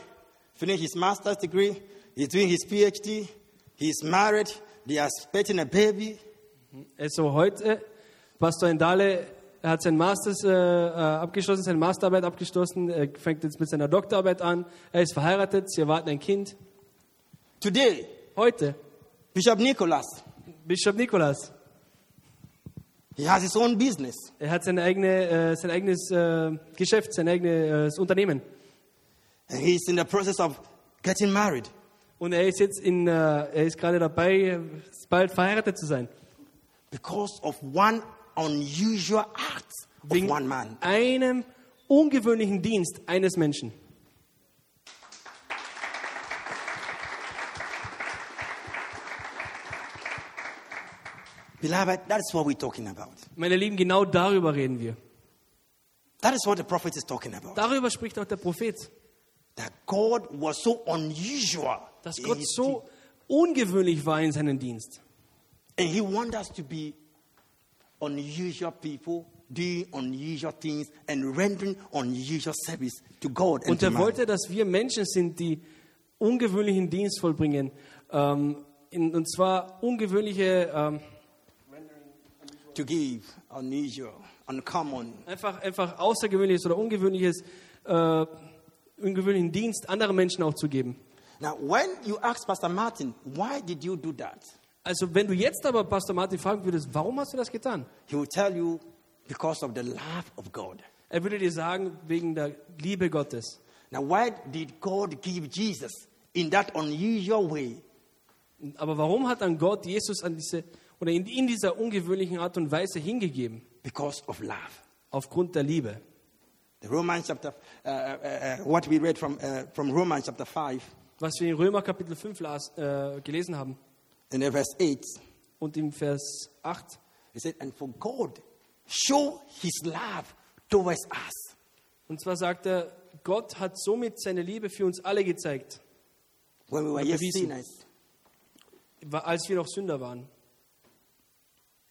finished his master's degree, he's doing his PhD, he's married, they are expecting a baby. Also heute, Pastor Endale er hat sein Masters äh, äh, abgeschlossen, seine Masterarbeit abgeschlossen, er fängt jetzt mit seiner Doktorarbeit an, er ist verheiratet, sie erwarten ein Kind. Today, Heute, Bishop Nicholas, Bischof Nikolas, he has his own business. er hat seine eigene, äh, sein eigenes äh, Geschäft, sein eigenes äh, Unternehmen. And he's in the process of getting married. Und er ist jetzt in, äh, er ist gerade dabei, äh, bald verheiratet zu sein. Because of one unusual act of one man. einem ungewöhnlichen Dienst eines Menschen. Beloved, that is what we're talking about. Meine Lieben, genau darüber reden wir. That is what the prophet is talking about. Darüber spricht auch der Prophet. that God was so unusual. dass in Gott his so ungewöhnlich war in seinem Dienst. deed. And He wants us to be unusual people, doing unusual things, and rendering unusual service to God and Und to er man. wollte, dass wir Menschen sind, die ungewöhnlichen Dienst vollbringen. Ähm, in, und zwar ungewöhnliche, ähm, to give unusual, uncommon. einfach, einfach außergewöhnliches oder ungewöhnliches, äh, ungewöhnlichen Dienst anderen Menschen auch zu geben. Now, when you ask Pastor Martin, why did you do that? Also wenn du jetzt aber Pastor Martin fragen würdest, warum hast du das getan? He will tell you because of the love of God. Er würde dir sagen, wegen der Liebe Gottes. Now, why did God give Jesus in that unusual way? Aber warum hat dann Gott Jesus an diese oder in, in dieser ungewöhnlichen Art und Weise hingegeben? Because of love. Aufgrund der Liebe. The Romans chapter, uh, uh, uh, what we read from, uh, from Romans chapter 5 Was wir in Römer Kapitel 5 las, äh, gelesen haben and in verse 8, und im Vers 8. it said, And for God, show his love towards us. Und zwar sagt er, Gott hat somit seine Liebe für uns alle gezeigt, When we were Number yet reason. sinners, als wir noch Sünder waren,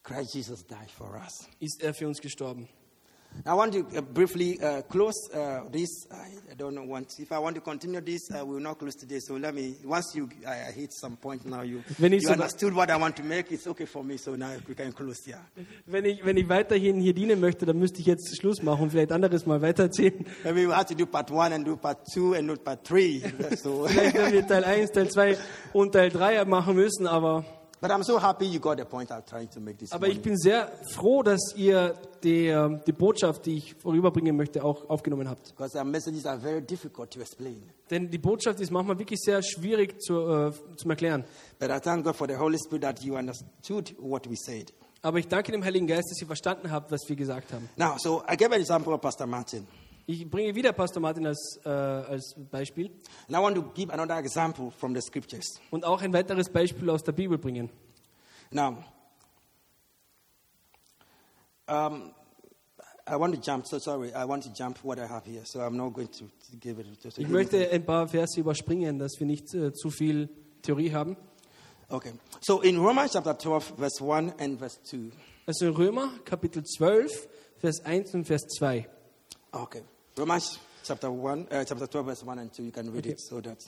Christ Jesus died for us. ist er für uns gestorben. I want to uh, briefly uh, close uh, this. I, I don't know want, if I want to continue this. I will not close today. So let me. Once you, I, I hit some point now. You, Wenn ich you so- understood what I want to make. It's okay for me. So now we can close here. Wenn ich, wenn ich weiterhin hier dienen möchte, dann müsste ich jetzt Schluss machen und vielleicht anderes Mal weitererzählen. Maybe we have to do part one and do part two and not part three. so, Vielleicht werden wir Teil 1, Teil 2 und Teil 3 machen müssen, aber, but I'm so happy you got the point. I'm trying to make this. aber ich morning. bin sehr froh, dass ihr die, ähm, die Botschaft, die ich vorüberbringen möchte, auch aufgenommen habt. Because our messages are very difficult to explain. Denn die Botschaft ist manchmal wirklich sehr schwierig zu, äh, zum Erklären. But I thank God for the Holy Spirit that you understood what we said. Aber ich danke dem Heiligen Geist, dass ihr verstanden habt, was wir gesagt haben. Now, so I gave an example of Pastor Martin. Ich bringe wieder Pastor Martin als, äh, als Beispiel And I want to give another example from the scriptures. und auch ein weiteres Beispiel aus der Bibel bringen. Now, um, I want to jump. So sorry, I want to jump what I have here. So I'm not going to, to give it. Just Ich möchte ein paar Verse überspringen, dass wir nicht äh, zu viel Theorie haben. Okay. So in Romans chapter 12, verse 1 and verse 2. Also in Römer Kapitel 12, Vers 1 und Vers 2. Okay. Romans chapter 1, uh, chapter 12, verse 1 and 2. You can read it so that.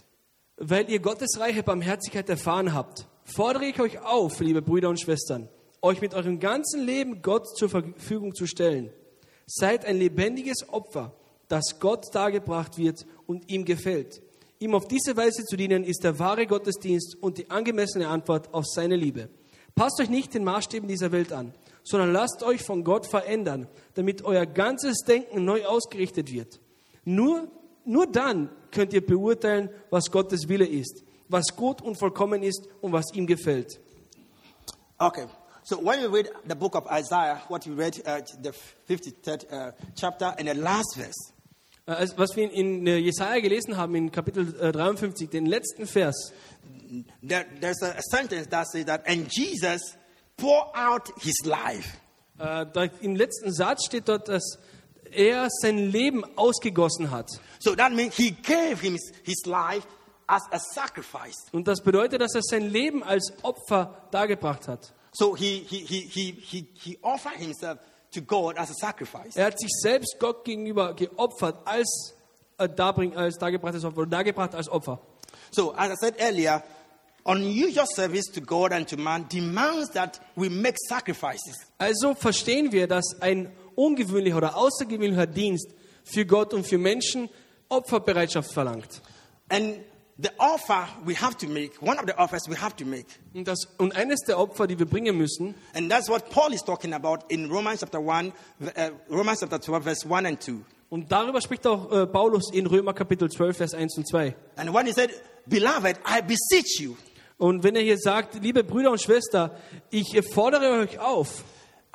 Weil ihr Gottes reiche Barmherzigkeit erfahren habt, fordere ich euch auf, liebe Brüder und Schwestern, euch mit eurem ganzen Leben Gott zur Verfügung zu stellen. Seid ein lebendiges Opfer, das Gott dargebracht wird und ihm gefällt. Ihm auf diese Weise zu dienen, ist der wahre Gottesdienst und die angemessene Antwort auf seine Liebe. Passt euch nicht den Maßstäben dieser Welt an, sondern lasst euch von Gott verändern, damit euer ganzes Denken neu ausgerichtet wird. Nur, nur dann könnt ihr beurteilen, was Gottes Wille ist, was gut und vollkommen ist und was ihm gefällt. Okay. So when you read the book of Isaiah, what you read, uh, the 53rd uh, chapter and the last verse, Äh, Also was wir in, in äh, Jesaja gelesen haben, in Kapitel äh, 53, den letzten Vers, there, there's a, a sentence that says that, and Jesus poured out his life. äh, da, im letzten Satz steht dort, dass er sein Leben ausgegossen hat. So that means he gave him his life as a sacrifice. Und das bedeutet, dass er sein Leben als Opfer dargebracht hat. So he, he, he, he, he, he offered himself to God as a sacrifice. Er hat sich selbst Gott gegenüber geopfert als, äh, darbring, als dargebrachtes Opfer oder dargebracht als Opfer. So, as I said earlier, unusual service to God and to man demands that we make sacrifices. Also verstehen wir, dass ein ungewöhnlicher oder außergewöhnlicher Dienst für Gott und für Menschen Opferbereitschaft verlangt. And the offer we have to make, one of the offers we have to make, Und, das, und eines der Opfer, die wir bringen müssen, and that's what Paul is talking about in Romans chapter 1, uh, Romans chapter 12, verse 1 and 2. und darüber spricht auch äh, Paulus in Römer Kapitel 12, Vers 1 und 2. And when he said, Beloved, I beseech you, Und wenn er hier sagt, liebe Brüder und Schwester, ich fordere euch auf,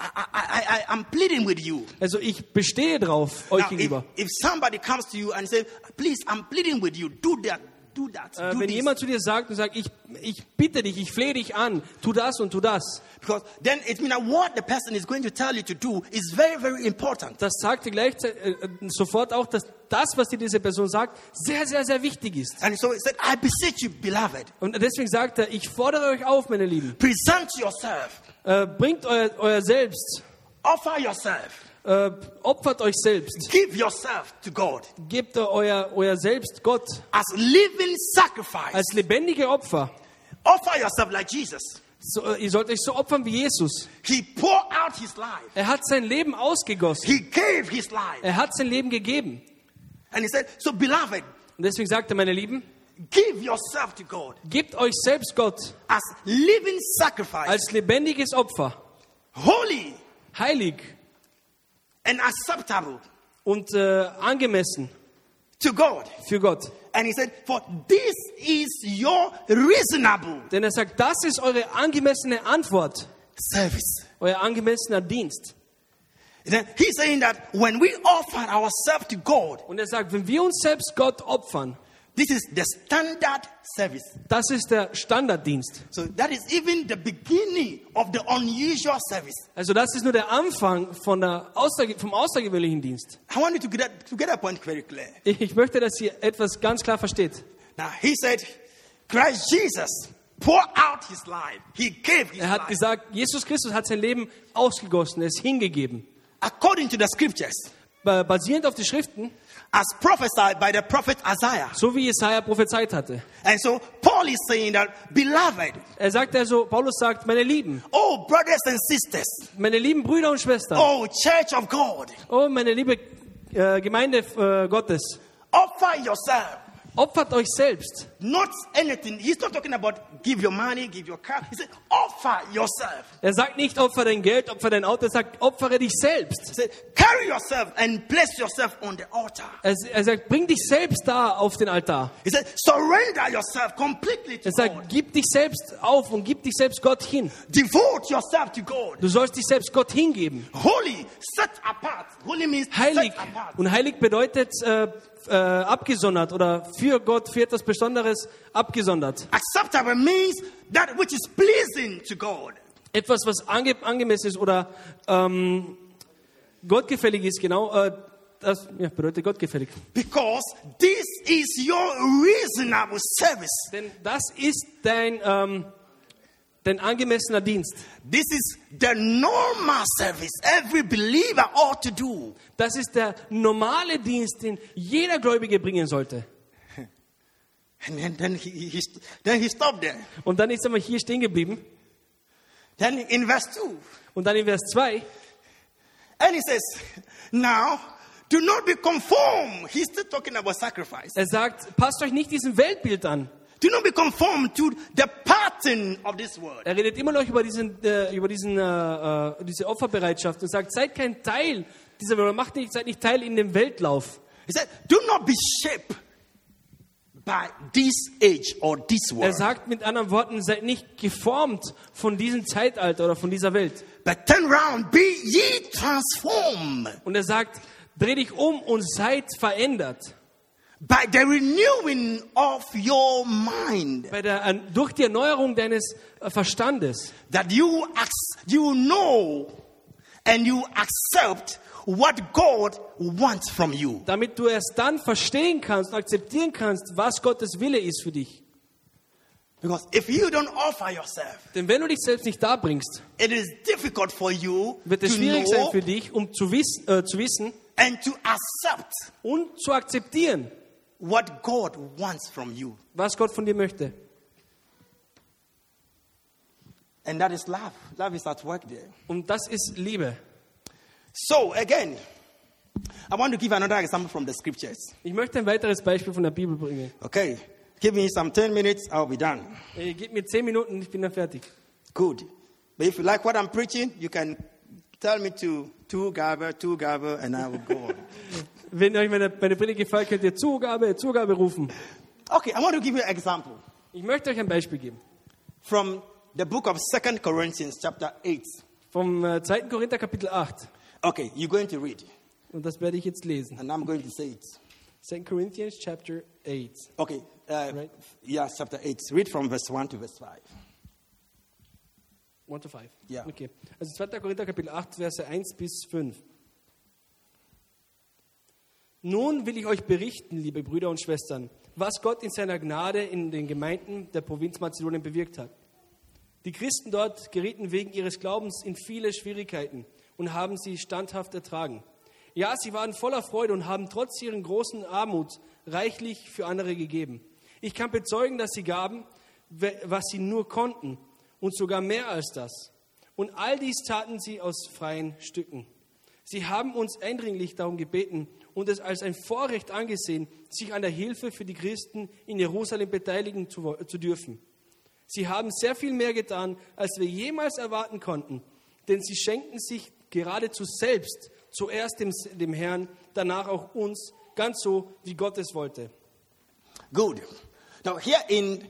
I, I, I, I, I'm pleading with you. also ich bestehe drauf euch Now, if, gegenüber. if somebody comes to you and says, Please, I'm pleading with you, do that, do that, Äh, do wenn this. jemand zu dir sagt und sagt, ich, ich bitte dich, ich flehe dich an, tu das und tu das, Because then it means that what the person is going to tell you to do is very, very important. das sagt dir gleichzeitig äh, äh, sofort auch, dass das, was dir diese Person sagt, sehr, sehr, sehr wichtig ist. And so it said, I beseech you, beloved, Und deswegen sagt er, ich fordere euch auf, meine Lieben, present yourself, äh, bringt euer, euer Selbst, offer yourself, äh, opfert euch selbst, give yourself to God gebt euer, euer Selbst Gott as living sacrifice. als lebendige Opfer. offer yourself like Jesus. So, äh, ihr sollt euch so opfern wie Jesus. He poured out his life. Er hat sein Leben ausgegossen. He gave his life. Er hat sein Leben gegeben. And he said, so beloved, Und deswegen sagt er, meine Lieben, give yourself to God gebt euch selbst Gott as living sacrifice, als lebendiges Opfer, holy heilig and acceptable und äh, angemessen to God. für Gott. And he said, For this is your reasonable Denn er sagt, das ist eure angemessene Antwort, service. euer angemessener Dienst. Then he's saying that when we offer ourselves to God, Und er sagt, wenn wir uns selbst Gott opfern, this is the standard service. das ist der Standarddienst. So that is even the beginning of the unusual service. Also das ist nur der Anfang von der Außerge vom außergewöhnlichen Dienst. I want you to get, that, to get that point very clear. Ich, ich möchte, dass ihr etwas ganz klar versteht. Now he said, Christ Jesus poured out his life. He gave his Er hat life gesagt, Jesus Christus hat sein Leben ausgegossen, es hingegeben. according to the scriptures, Ba- Basierend auf die Schriften, as prophesied by the prophet Isaiah. so wie Jesaja prophezeit hatte. And so Paul is saying that, beloved, Er sagt also, Paulus sagt, meine Lieben, oh brothers and sisters, meine lieben Brüder und Schwestern, oh church of God, oh meine liebe äh, Gemeinde äh, Gottes, offer yourself. opfert euch selbst. Not anything. He's not talking about give your money, give your car. He said, offer yourself. Er sagt nicht, opfer dein Geld, opfer dein Auto, er sagt, opfere dich He selbst. said, carry yourself and place yourself on the altar. Er, er sagt, bring dich selbst da auf den Altar. He said, surrender yourself completely to Er sagt, God. gib dich selbst auf und gib dich selbst Gott hin. Devote yourself to God. Du sollst dich selbst Gott hingeben. Holy, set apart. Holy means Heilig. set apart. Und heilig bedeutet äh, äh, abgesondert oder für Gott, für etwas Besonderes abgesondert. Acceptable means that which is pleasing to God. Etwas, was ange angemessen ist oder ähm, gottgefällig ist, genau. Äh, das ja, bedeutet gottgefällig. Because this is your reasonable service. Denn das ist dein, ähm, dein angemessener Dienst. This is the normal service every believer ought to do. Das ist der normale Dienst, den jeder Gläubige bringen sollte. And then, then, he, he, he- then he stopped there. Und dann ist er mal hier stehen geblieben. Then in verse 2, Und dann in Vers 2 and he says, Now do not be conformed. He's still talking about sacrifice. Er sagt, passt euch nicht diesem Weltbild an. Do not be conformed to the pattern of this world. Er redet immer noch über, diesen, äh, über diesen, äh, äh, diese Opferbereitschaft und sagt, seid kein Teil dieser Welt, oder macht nicht, seid nicht Teil in dem Weltlauf. He said, Do not be shaped by this age or this Er world, sagt mit anderen Worten, seid nicht geformt von diesem Zeitalter oder von dieser Welt. but turn round, be ye transformed Und er sagt, dreh dich um und seid verändert. by the renewing of your mind. Bei der, an- durch die Erneuerung deines äh, Verstandes, that you ac- you know and you accept what God wants from you. damit du erst dann verstehen kannst und akzeptieren kannst, was Gottes Wille ist für dich. Because if you don't offer yourself, Denn wenn du dich selbst nicht darbringst, it is difficult for you wird es to schwierig sein für know dich, um zu, wiss, äh, zu wissen and to accept und zu akzeptieren, what God wants from you. was Gott von dir möchte. And that is love. Love is at work there. Und das ist Liebe. So again, I want to give another example from the scriptures. Ich möchte ein weiteres Beispiel von der Bibel bringen. Okay. Give me some 10 minutes, I'll be done. Äh, Gib mir zehn Minuten, ich bin dann fertig. Good. But if you like what I'm preaching, you can tell me to two gaver, two gaver, and I will go on. Wenn euch meine, meine Brille gefällt, könnt ihr Zugabe, Zugabe rufen. Okay, I want to give you an example Ich möchte euch ein Beispiel geben. from the book of Second Corinthians, chapter 8. Vom äh, 2. Korinther Kapitel 8. Okay, you're going to read, Und das werde ich jetzt lesen. and I'm going to say it. 2. Corinthians chapter 8. Okay, uh, Right. yeah, chapter 8. Read from verse 1 to verse 5. 1 to 5. Ja. Okay. Also 2. Korinther Kapitel 8, Verse 1 bis 5. Nun will ich euch berichten, liebe Brüder und Schwestern, was Gott in seiner Gnade in den Gemeinden der Provinz Mazedonien bewirkt hat. Die Christen dort gerieten wegen ihres Glaubens in viele Schwierigkeiten und haben sie standhaft ertragen. Ja, sie waren voller Freude und haben trotz ihren großen Armut reichlich für andere gegeben. Ich kann bezeugen, dass sie gaben, we- was sie nur konnten und sogar mehr als das. Und all dies taten sie aus freien Stücken. Sie haben uns eindringlich darum gebeten und es als ein Vorrecht angesehen, sich an der Hilfe für die Christen in Jerusalem beteiligen zu, wo- zu dürfen. Sie haben sehr viel mehr getan, als wir jemals erwarten konnten, denn sie schenkten sich geradezu selbst, zuerst dem, dem Herrn, danach auch uns ganz so, wie Gott es wollte. Good. Now, here in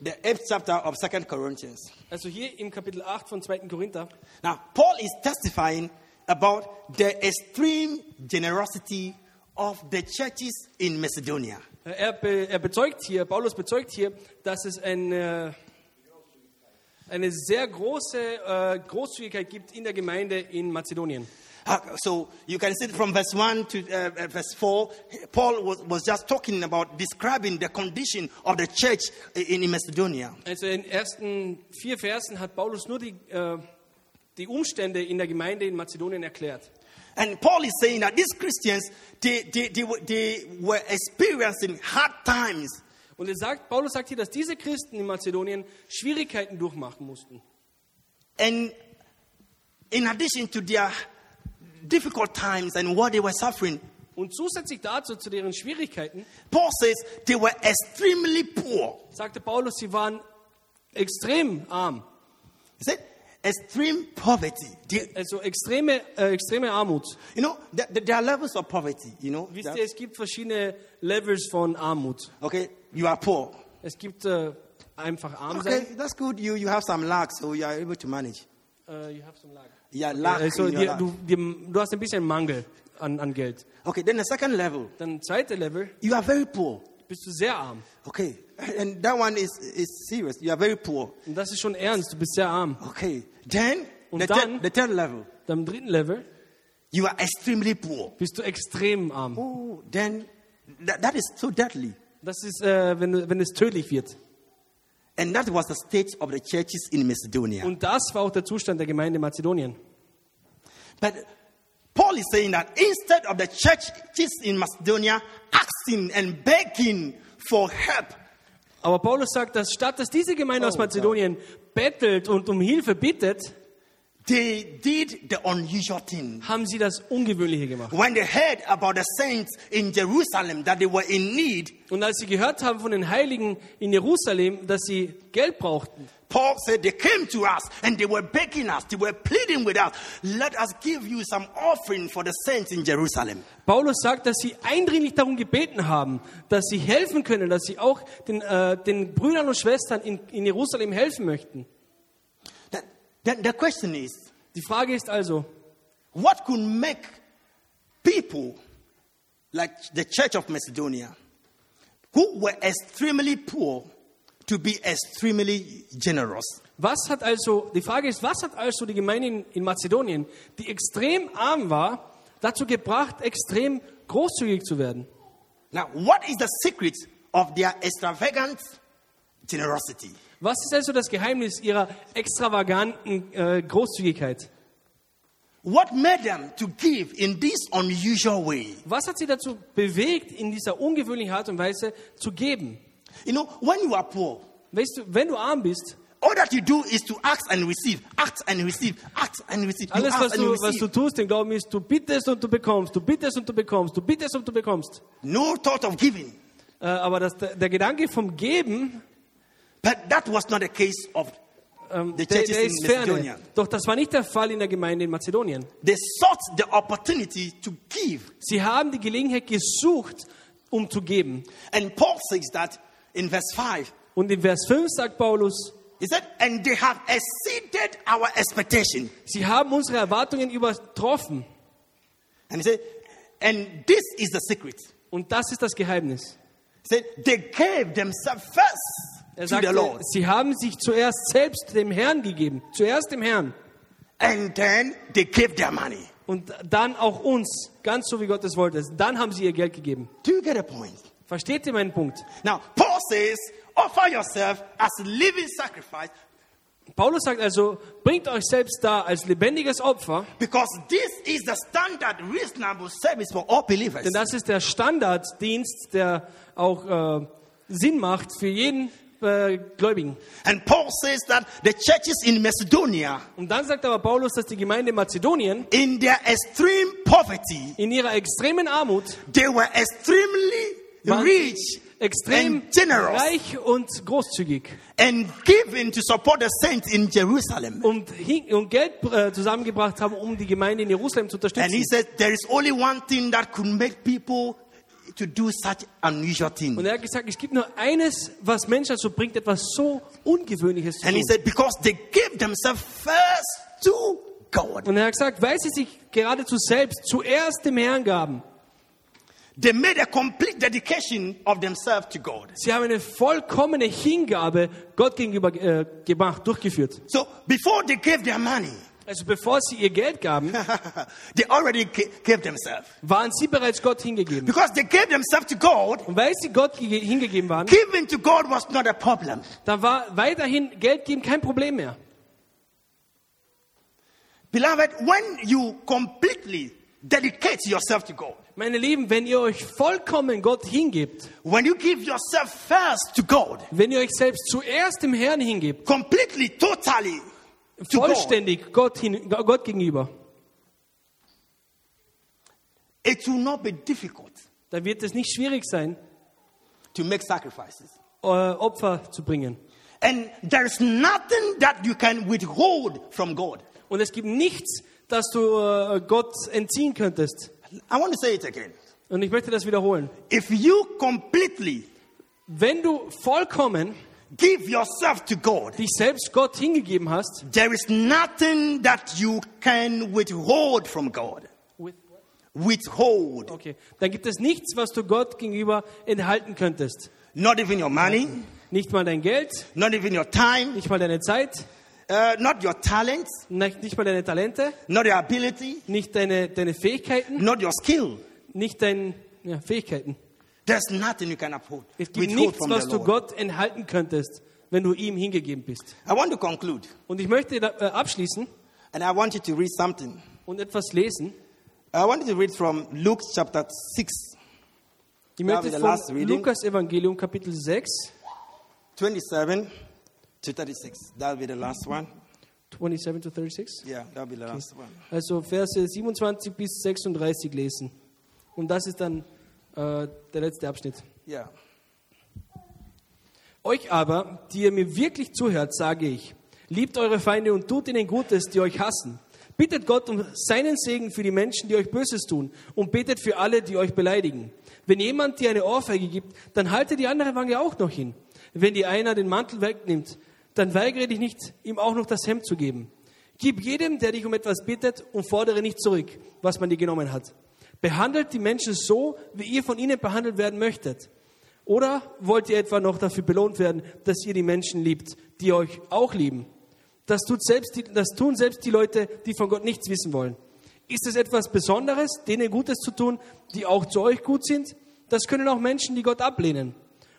the eighth chapter of Second Corinthians, Also hier im Kapitel 8 von 2. Korinther, now Paul is testifying about the extreme generosity of the churches in Macedonia. äh, er, be, er bezeugt hier, Paulus bezeugt hier, dass es eine, eine sehr große äh, Großzügigkeit gibt in der Gemeinde in Mazedonien. Uh, So you can see from verse 1 to uh, uh, verse 4, Paul was, was just talking about describing the condition of the church i- in Macedonia. Also in den ersten vier Versen hat Paulus nur die, äh, die Umstände in der Gemeinde in Mazedonien erklärt. And Paul is saying that these Christians, they, they, they, were- they were experiencing hard times. Und er sagt, Paulus sagt hier, dass diese Christen in Mazedonien Schwierigkeiten durchmachen mussten. And in addition to their difficult times and what they were suffering, Und zusätzlich dazu, zu deren Schwierigkeiten, Paul says they were extremely poor. sagte Paulus, sie waren extrem arm. He said, extreme poverty. They- Also extreme, äh, extreme Armut. you know, there, there are levels of poverty, you know. Wisst There- ihr, es gibt verschiedene Levels von Armut. Okay, you are poor. Es gibt äh, einfach arm Okay, sein. that's good. You, you have some luck, so you are able to manage. Äh, you have some lack. Yeah, luck. also in your dir, life. du, dir, du hast ein bisschen Mangel an, an Geld. Okay, then the second level, Dann zweite Level, you are very poor. bist du sehr arm. Okay, and that one is, is serious. You are very poor. Und das ist schon ernst, du bist sehr arm. Okay, then Und the, dann- third, the third level, Dann im dritten Level you are extremely poor. bist du extrem arm. Oh, then that, that is so deadly. Das ist, äh, wenn, du- wenn es tödlich wird. And that was the state of the churches in Macedonia. Und das war auch der Zustand der Gemeinde in Mazedonien. But Paul is saying that instead of the churches in Macedonia asking and begging for help, Aber Paulus sagt, dass statt dass diese Gemeinde aus Oh, ja. Mazedonien bettelt und um Hilfe bittet, They did the unusual thing. haben sie das Ungewöhnliche gemacht. When they heard about the saints in Jerusalem that they were in need, Und als sie gehört haben von den Heiligen in Jerusalem, dass sie Geld brauchten, Paul said they came to us and they were begging us, they were pleading with us, let us give you some offering for the saints in Jerusalem. Paulus sagt, dass sie eindringlich darum gebeten haben, dass sie helfen können, dass sie auch den, äh, den Brüdern und Schwestern in, in Jerusalem helfen möchten. Then, then the question is, Die Frage ist also, what could make people like the Church of Macedonia, who were extremely poor, to be extremely generous? was hat also, die Frage ist, was hat also die Gemeinde in, in Mazedonien, die extrem arm war, dazu gebracht, extrem großzügig zu werden? Now, what is the secret of their extravagant generosity? Was ist also das Geheimnis ihrer extravaganten äh, Großzügigkeit? What made them to give in this unusual way? Was hat sie dazu bewegt, in dieser ungewöhnlichen Art und Weise zu geben? You know, when you are poor, Weißt du, wenn du arm bist, all that you do is to ask and receive, act and receive, act and receive. You alles, ask was and du, you was receive. du tust, im Glauben ist, du bittest und du bekommst, du bittest und du bekommst, du bittest und du bekommst. No thought of giving. Äh, aber das, der, der Gedanke vom Geben, But that was not the case of ähm, The der, churches der ist in ferne. Macedonia. Doch das war nicht der Fall in der Gemeinde in Mazedonien. they sought the opportunity to give. Sie haben die Gelegenheit gesucht, um zu geben. And Paul says that in verse 5. Und in Vers 5 sagt Paulus, He said, and they have exceeded our expectation. sie haben unsere Erwartungen übertroffen. And he said, and this is the secret. Und das ist das Geheimnis. He said, they gave themselves first Er to the sagte, Lord. sie haben sich zuerst selbst dem Herrn gegeben, zuerst dem Herrn And then they gave their money. und dann auch uns, ganz so wie Gott es wollte. Dann haben sie ihr Geld gegeben. Do you get a point? Versteht ihr meinen Punkt? Now, Paul says, offer yourself as living sacrifice Paulus sagt also, bringt euch selbst da als lebendiges Opfer, because this is the standard reasonable service for all believers. denn das ist der Standarddienst, der auch äh, Sinn macht für jeden äh, Gläubigen. And Paul says that the churches in Macedonia, Und dann sagt aber Paulus, dass die Gemeinde in Mazedonien in their extreme poverty, in ihrer extremen Armut they were extremely waren rich extrem And generous. reich und großzügig and given to support the saints in Jerusalem. und, hin- und Geld äh, zusammengebracht haben, um die Gemeinde in Jerusalem zu And he unterstützen. said, There is only one thing that could make people to do such unusual things. Und er hat gesagt, es gibt nur eines, was Menschen dazu bringt, etwas so Ungewöhnliches zu And he tun. said, Because they gave themselves first to God. Und er hat gesagt, weil sie sich geradezu selbst zuerst dem Herrn gaben, They made a complete dedication of themselves to God. sie haben eine vollkommene Hingabe Gott gegenüber äh, gemacht, durchgeführt. So before they gave their money, Also bevor sie ihr Geld gaben, they already ga- gave themselves. waren sie bereits Gott hingegeben. Because they gave themselves to God, Und weil sie Gott ge- hingegeben waren, giving to God was not a problem. da war weiterhin Geld geben kein Problem mehr. Beloved, when you completely dedicate yourself to God, Meine Lieben, wenn ihr euch vollkommen Gott hingebt, when you give yourself first to God, wenn ihr euch selbst zuerst dem Herrn hingebt, completely, totally to God, vollständig Gott, hin, Gott gegenüber, it will not be difficult dann wird es nicht schwierig sein, to make sacrifices. äh, Opfer zu bringen. And there is nothing that you can withhold from God. Und es gibt nichts, das du äh, Gott entziehen könntest. I want to say it again. Und ich möchte das wiederholen. If you completely Wenn du vollkommen give yourself to God, dich selbst Gott hingegeben hast, there is nothing that you can withhold from God. Withhold. okay, dann gibt es nichts, was du Gott gegenüber enthalten könntest. Not even your money, Nicht mal dein Geld, not even your time, nicht mal deine Zeit, uh, not your talents, nicht nicht mal deine Talente, not your ability, nicht deine, deine Fähigkeiten, not your skill. nicht deine ja, Fähigkeiten. There's nothing you can uphold, Es gibt withhold nichts, from was the du Lord. Gott enthalten könntest, wenn du ihm hingegeben bist. I want to conclude, Und ich möchte da, äh, abschließen and I want you to read something. und etwas lesen. I want you to read from Luke chapter 6, Ich Now möchte the last von reading. Lukas Evangelium Kapitel 6, 27 to 36. That'll be the last one. 27 to 36. Yeah, that'll be the last one. Also Verse 27 bis 36 lesen. Und das ist dann äh, der letzte Abschnitt. Yeah. Euch aber, die ihr mir wirklich zuhört, sage ich, liebt eure Feinde und tut ihnen Gutes, die euch hassen. Bittet Gott um seinen Segen für die Menschen, die euch Böses tun, und betet für alle, die euch beleidigen. Wenn jemand dir eine Ohrfeige gibt, dann halte die andere Wange auch noch hin. Wenn dir einer den Mantel wegnimmt, dann weigere dich nicht, ihm auch noch das Hemd zu geben. Gib jedem, der dich um etwas bittet, und fordere nicht zurück, was man dir genommen hat. Behandelt die Menschen so, wie ihr von ihnen behandelt werden möchtet. Oder wollt ihr etwa noch dafür belohnt werden, dass ihr die Menschen liebt, die euch auch lieben? Das, tut selbst die, das tun selbst die Leute, die von Gott nichts wissen wollen. Ist es etwas Besonderes, denen Gutes zu tun, die auch zu euch gut sind? Das können auch Menschen, die Gott ablehnen.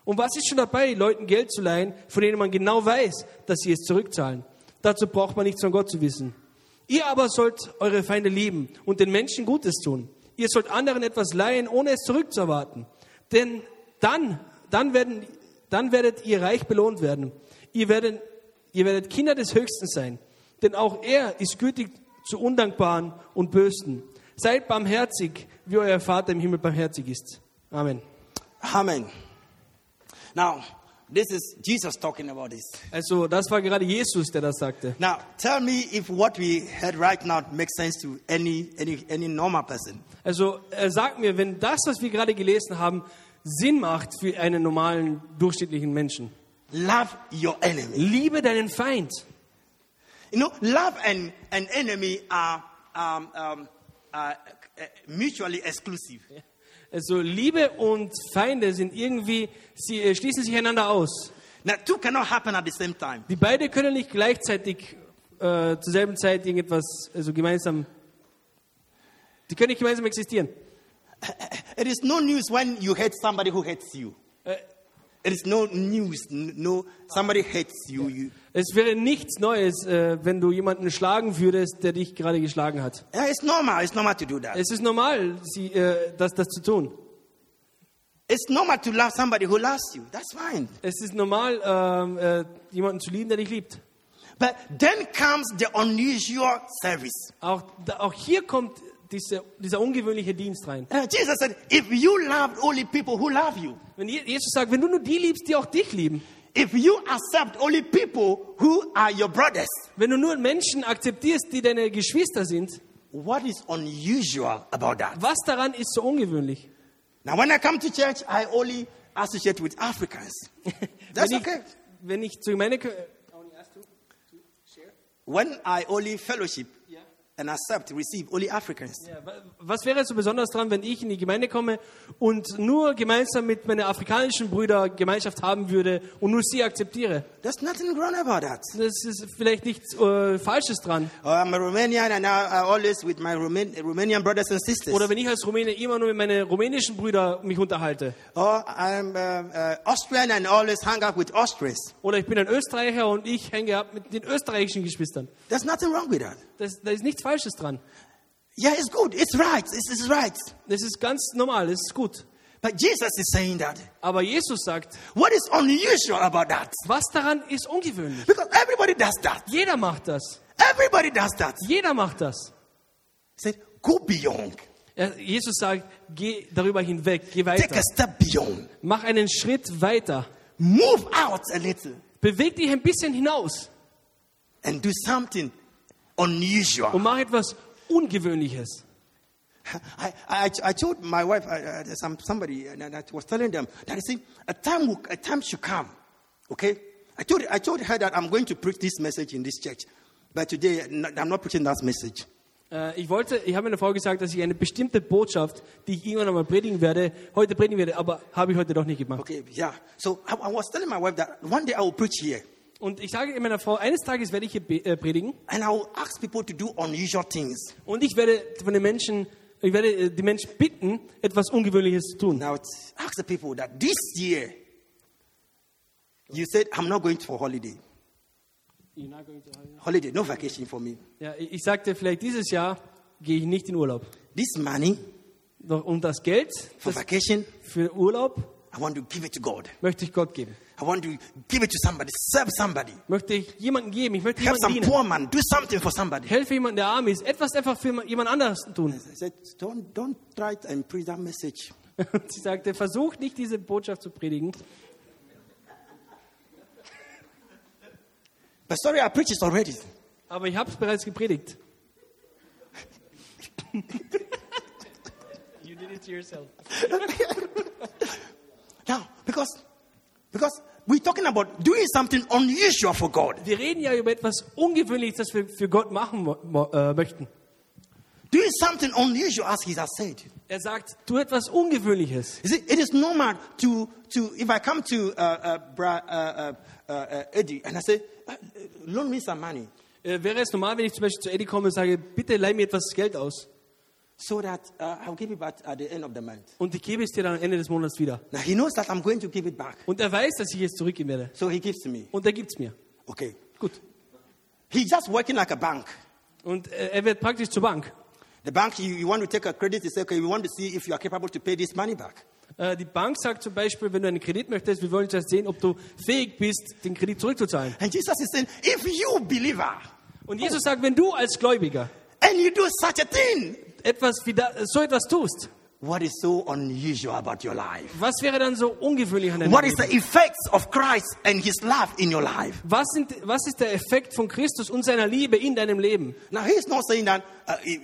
Und was ist schon dabei, Leuten Geld zu leihen, von denen man genau weiß, dass sie es zurückzahlen? Dazu braucht man nichts von Gott zu wissen. Ihr aber sollt eure Feinde lieben und den Menschen Gutes tun. Ihr sollt anderen etwas leihen, ohne es zurückzuerwarten. Denn dann, dann, werden, dann werdet ihr reich belohnt werden. Ihr werdet, ihr werdet Kinder des Höchsten sein. Denn auch er ist gütig zu Undankbaren und Bösen. Seid barmherzig, wie euer Vater im Himmel barmherzig ist. Amen. Amen. Now, this is Jesus talking about this. Also das war gerade Jesus, der das sagte. Now, tell me if what we heard right now makes sense to any, any, any normal person. Also äh, sag mir, wenn das, was wir gerade gelesen haben, Sinn macht für einen normalen, durchschnittlichen Menschen. Love your enemy. Liebe deinen Feind. You know, love and, and enemy are um, um, uh, mutually exclusive. Also Liebe und Feinde sind irgendwie, sie äh, schließen sich einander aus. Now, two cannot happen at the same time. Die beiden können nicht gleichzeitig äh, zur selben Zeit irgendetwas, also gemeinsam, die können nicht gemeinsam existieren. It is no news when you hate somebody who hates you. It is no news. n- No, somebody hates you. you. Es wäre nichts Neues, äh, wenn du jemanden schlagen würdest, der dich gerade geschlagen hat. Yeah, It's normal. It's normal to do that. Es ist normal, sie, äh, das, das zu tun. It's normal to love somebody who loves you. That's fine. Es ist normal, ähm, äh, jemanden zu lieben, der dich liebt. But then comes the unusual service. Auch, da, auch hier kommt diese, dieser ungewöhnliche Dienst rein. Uh, Jesus said, if you loved only people who love you, Wenn Je- Jesus sagt, wenn du nur die liebst, die auch dich lieben, if you accept only people who are your brothers, wenn du nur Menschen akzeptierst, die deine Geschwister sind, what is unusual about that? was daran ist so ungewöhnlich? Now, when I come to church, I only associate with Africans. That's wenn, ich, okay. wenn ich zur Gemeinde gehö- When I only fellowship and accept, receive only Africans. Ja, wa- äh, was wäre so besonders dran, wenn ich in die Gemeinde komme und nur gemeinsam mit meinen afrikanischen Brüdern Gemeinschaft haben würde und nur sie akzeptiere? There's nothing wrong about that. Das ist vielleicht nichts äh, Falsches dran. Oh, I'm a Romanian and I, I always with my Roman, Romanian brothers and sisters. Oder wenn ich als Rumäne immer nur mit meinen rumänischen Brüdern mich unterhalte. Or I'm uh, uh, Austrian and always hang out with Austrians. Oder ich bin ein Österreicher und ich hänge ab mit den österreichischen Geschwistern. There's nothing wrong with that. Das, da ist nichts Falsches dran. Yeah, it's good. It's right. It's, it's right. Das ist ganz normal, das ist gut. But Jesus is saying that. Aber Jesus sagt, What is unusual about that? was daran ist ungewöhnlich? Because everybody does that. Jeder macht das. Everybody does that. Jeder macht das. He said, go beyond. Er- Jesus sagt, geh darüber hinweg, geh Take weiter. a step beyond. Mach einen Schritt weiter. Move out a little Beweg dich ein bisschen hinaus and do something und unusual. mach etwas Ungewöhnliches. I, I, I told my wife, I, I, some, somebody, and I was telling them that I said, a time, will, a time should come. Okay? I told, I told her that I'm going to preach this message in this church. But today, n- I'm not preaching that message. Äh, Ich wollte, ich habe meiner Frau gesagt, dass ich eine bestimmte Botschaft, die ich irgendwann einmal predigen werde, heute predigen werde, aber habe ich heute doch nicht gemacht. Okay, yeah. So I, I was telling my wife that one day I will preach here Und ich sage meiner Frau, eines Tages werde ich hier be- äh, predigen and I will ask people to do unusual things. und ich werde von den Menschen, ich werde äh, die Menschen bitten, etwas Ungewöhnliches zu tun. Now, t- ask the people that this year, you said, I'm not going for holiday. Holiday, no vacation for me. Ja, ich ich sagte, vielleicht dieses Jahr gehe ich nicht in Urlaub. This money Doch um das Geld for das vacation, für Urlaub I want to give it to God. möchte ich Gott geben. I want to give it to somebody, serve somebody, Möchte ich jemanden geben, ich möchte help jemanden some dienen. poor man, do something for somebody. Helfe jemandem, der arm ist. Etwas einfach für jemand anderes zu tun. I said, don't, don't try and preach that message. Und sie sagte, versucht nicht, diese Botschaft zu predigen. But sorry, I preached it already. Aber ich habe es bereits gepredigt. you did it to yourself. Now, because, because we're talking about doing something unusual for God, Wir reden ja über etwas Ungewöhnliches, das wir für Gott machen mo- mo- äh, möchten. doing something unusual, as He has said. Er sagt, tu etwas Ungewöhnliches. You see, it is normal to, to if I come to uh, uh, Bra, uh, uh, uh, uh, Eddie and I say, "Uh, loan me some money Äh, wäre es normal, wenn ich zum Beispiel zu Eddie komme und sage, bitte leih mir etwas Geld aus so that uh, I'll give it back at the end of the month. und ich gebe es dir dann am Ende des Monats wieder. Now he knows that I'm going to give it back. Und er weiß, dass ich es zurückgeben werde. So he gives to me. Und er gibt es mir. Okay. Gut. He's just working like a bank. Und äh, er wird praktisch zur Bank. The bank, you, you want to take a credit, they say, okay, we want to see if you are capable to pay this money back. Äh, Die Bank sagt zum Beispiel, wenn du einen Kredit möchtest, wir wollen zuerst sehen, ob du fähig bist, den Kredit zurückzuzahlen. And Jesus is saying, if you believer Und Jesus sagt, wenn du als Gläubiger and you do such a thing, etwas wie da, so etwas tust, what is so unusual about your life? was wäre dann so ungewöhnlich an deinem What is Leben? the effects of Christ and his love in your life? Was, sind, was ist der Effekt von Christus und seiner Liebe in deinem Leben? Now, he's not saying that uh, you,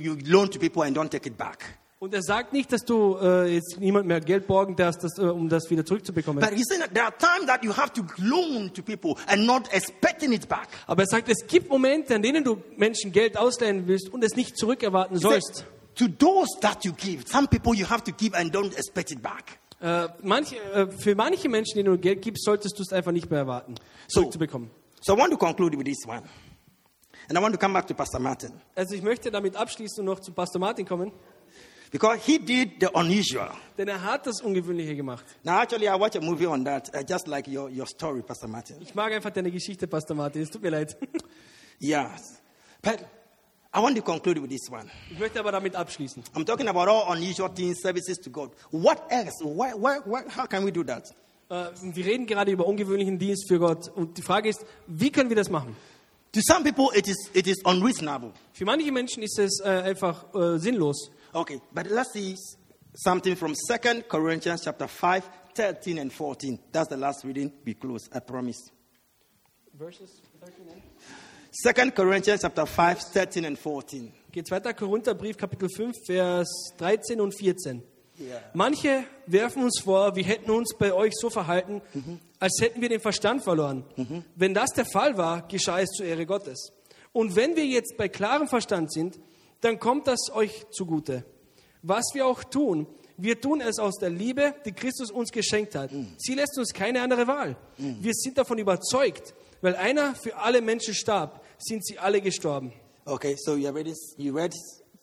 you, you loan to people and don't take it back. Und er sagt nicht, dass du äh, jetzt niemand mehr Geld borgen darfst, dass, äh, um das wieder zurückzubekommen. But he's saying that there are times that you have to loan to people and not expecting it back. Aber er sagt, es gibt Momente, an denen du Menschen Geld ausleihen willst und es nicht zurückerwarten He said, sollst. to those that you give, some people you have to give and don't expect it back. Äh, manche, äh, für manche Menschen, denen du Geld gibst, solltest du es einfach nicht mehr erwarten, So. zurückzubekommen. So I want to conclude with this one. And I want to come back to Pastor Martin. Also ich möchte damit abschließen und noch zu Pastor Martin kommen, Because he did the unusual. denn er hat das Ungewöhnliche gemacht. Now, actually, I watched a movie on that, uh, just like your, your story, Pastor Martin. Ich mag einfach deine Geschichte, Pastor Martin, es tut mir leid. Yes. But I want to conclude with this one. Ich möchte aber damit abschließen. I'm talking about all unusual things, services to God. What else? Why, why, why, how can we do that? Äh, wir reden gerade über ungewöhnlichen Dienst für Gott und die Frage ist, wie können wir das machen? To To some people, it is, it is unreasonable. Für manche Menschen ist es äh, einfach äh, sinnlos. Okay, but let's see something from 2 Corinthians chapter 5, 13 and 14. That's the last reading. Be close, I promise. Verses 2 Corinthians chapter 5, 13 and 14. Geht 2. Korintherbrief, Kapitel 5, Vers 13 und 14. Ja. Manche werfen uns vor, wir hätten uns bei euch so verhalten, als hätten wir den Verstand verloren. Wenn das der Fall war, geschah es zur Ehre Gottes. Und wenn wir jetzt bei klarem Verstand sind, dann kommt das euch zugute. Was wir auch tun, wir tun es aus der Liebe, die Christus uns geschenkt hat. Sie lässt uns keine andere Wahl. Wir sind davon überzeugt, weil einer für alle Menschen starb, sind sie alle gestorben. Okay, so you read, this, you read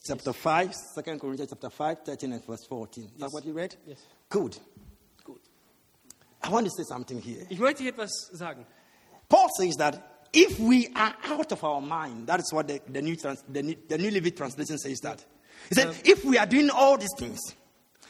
chapter 5, 2 Corinthians chapter 5, 13 and verse 14. Is that what you read? Yes. Good. Good. I want to say something here. Ich möchte hier etwas sagen. Paul says that if we are out of our mind, that is what the, the, new, trans, the, new, the New Living Translation says that. He said, if we are doing all these things,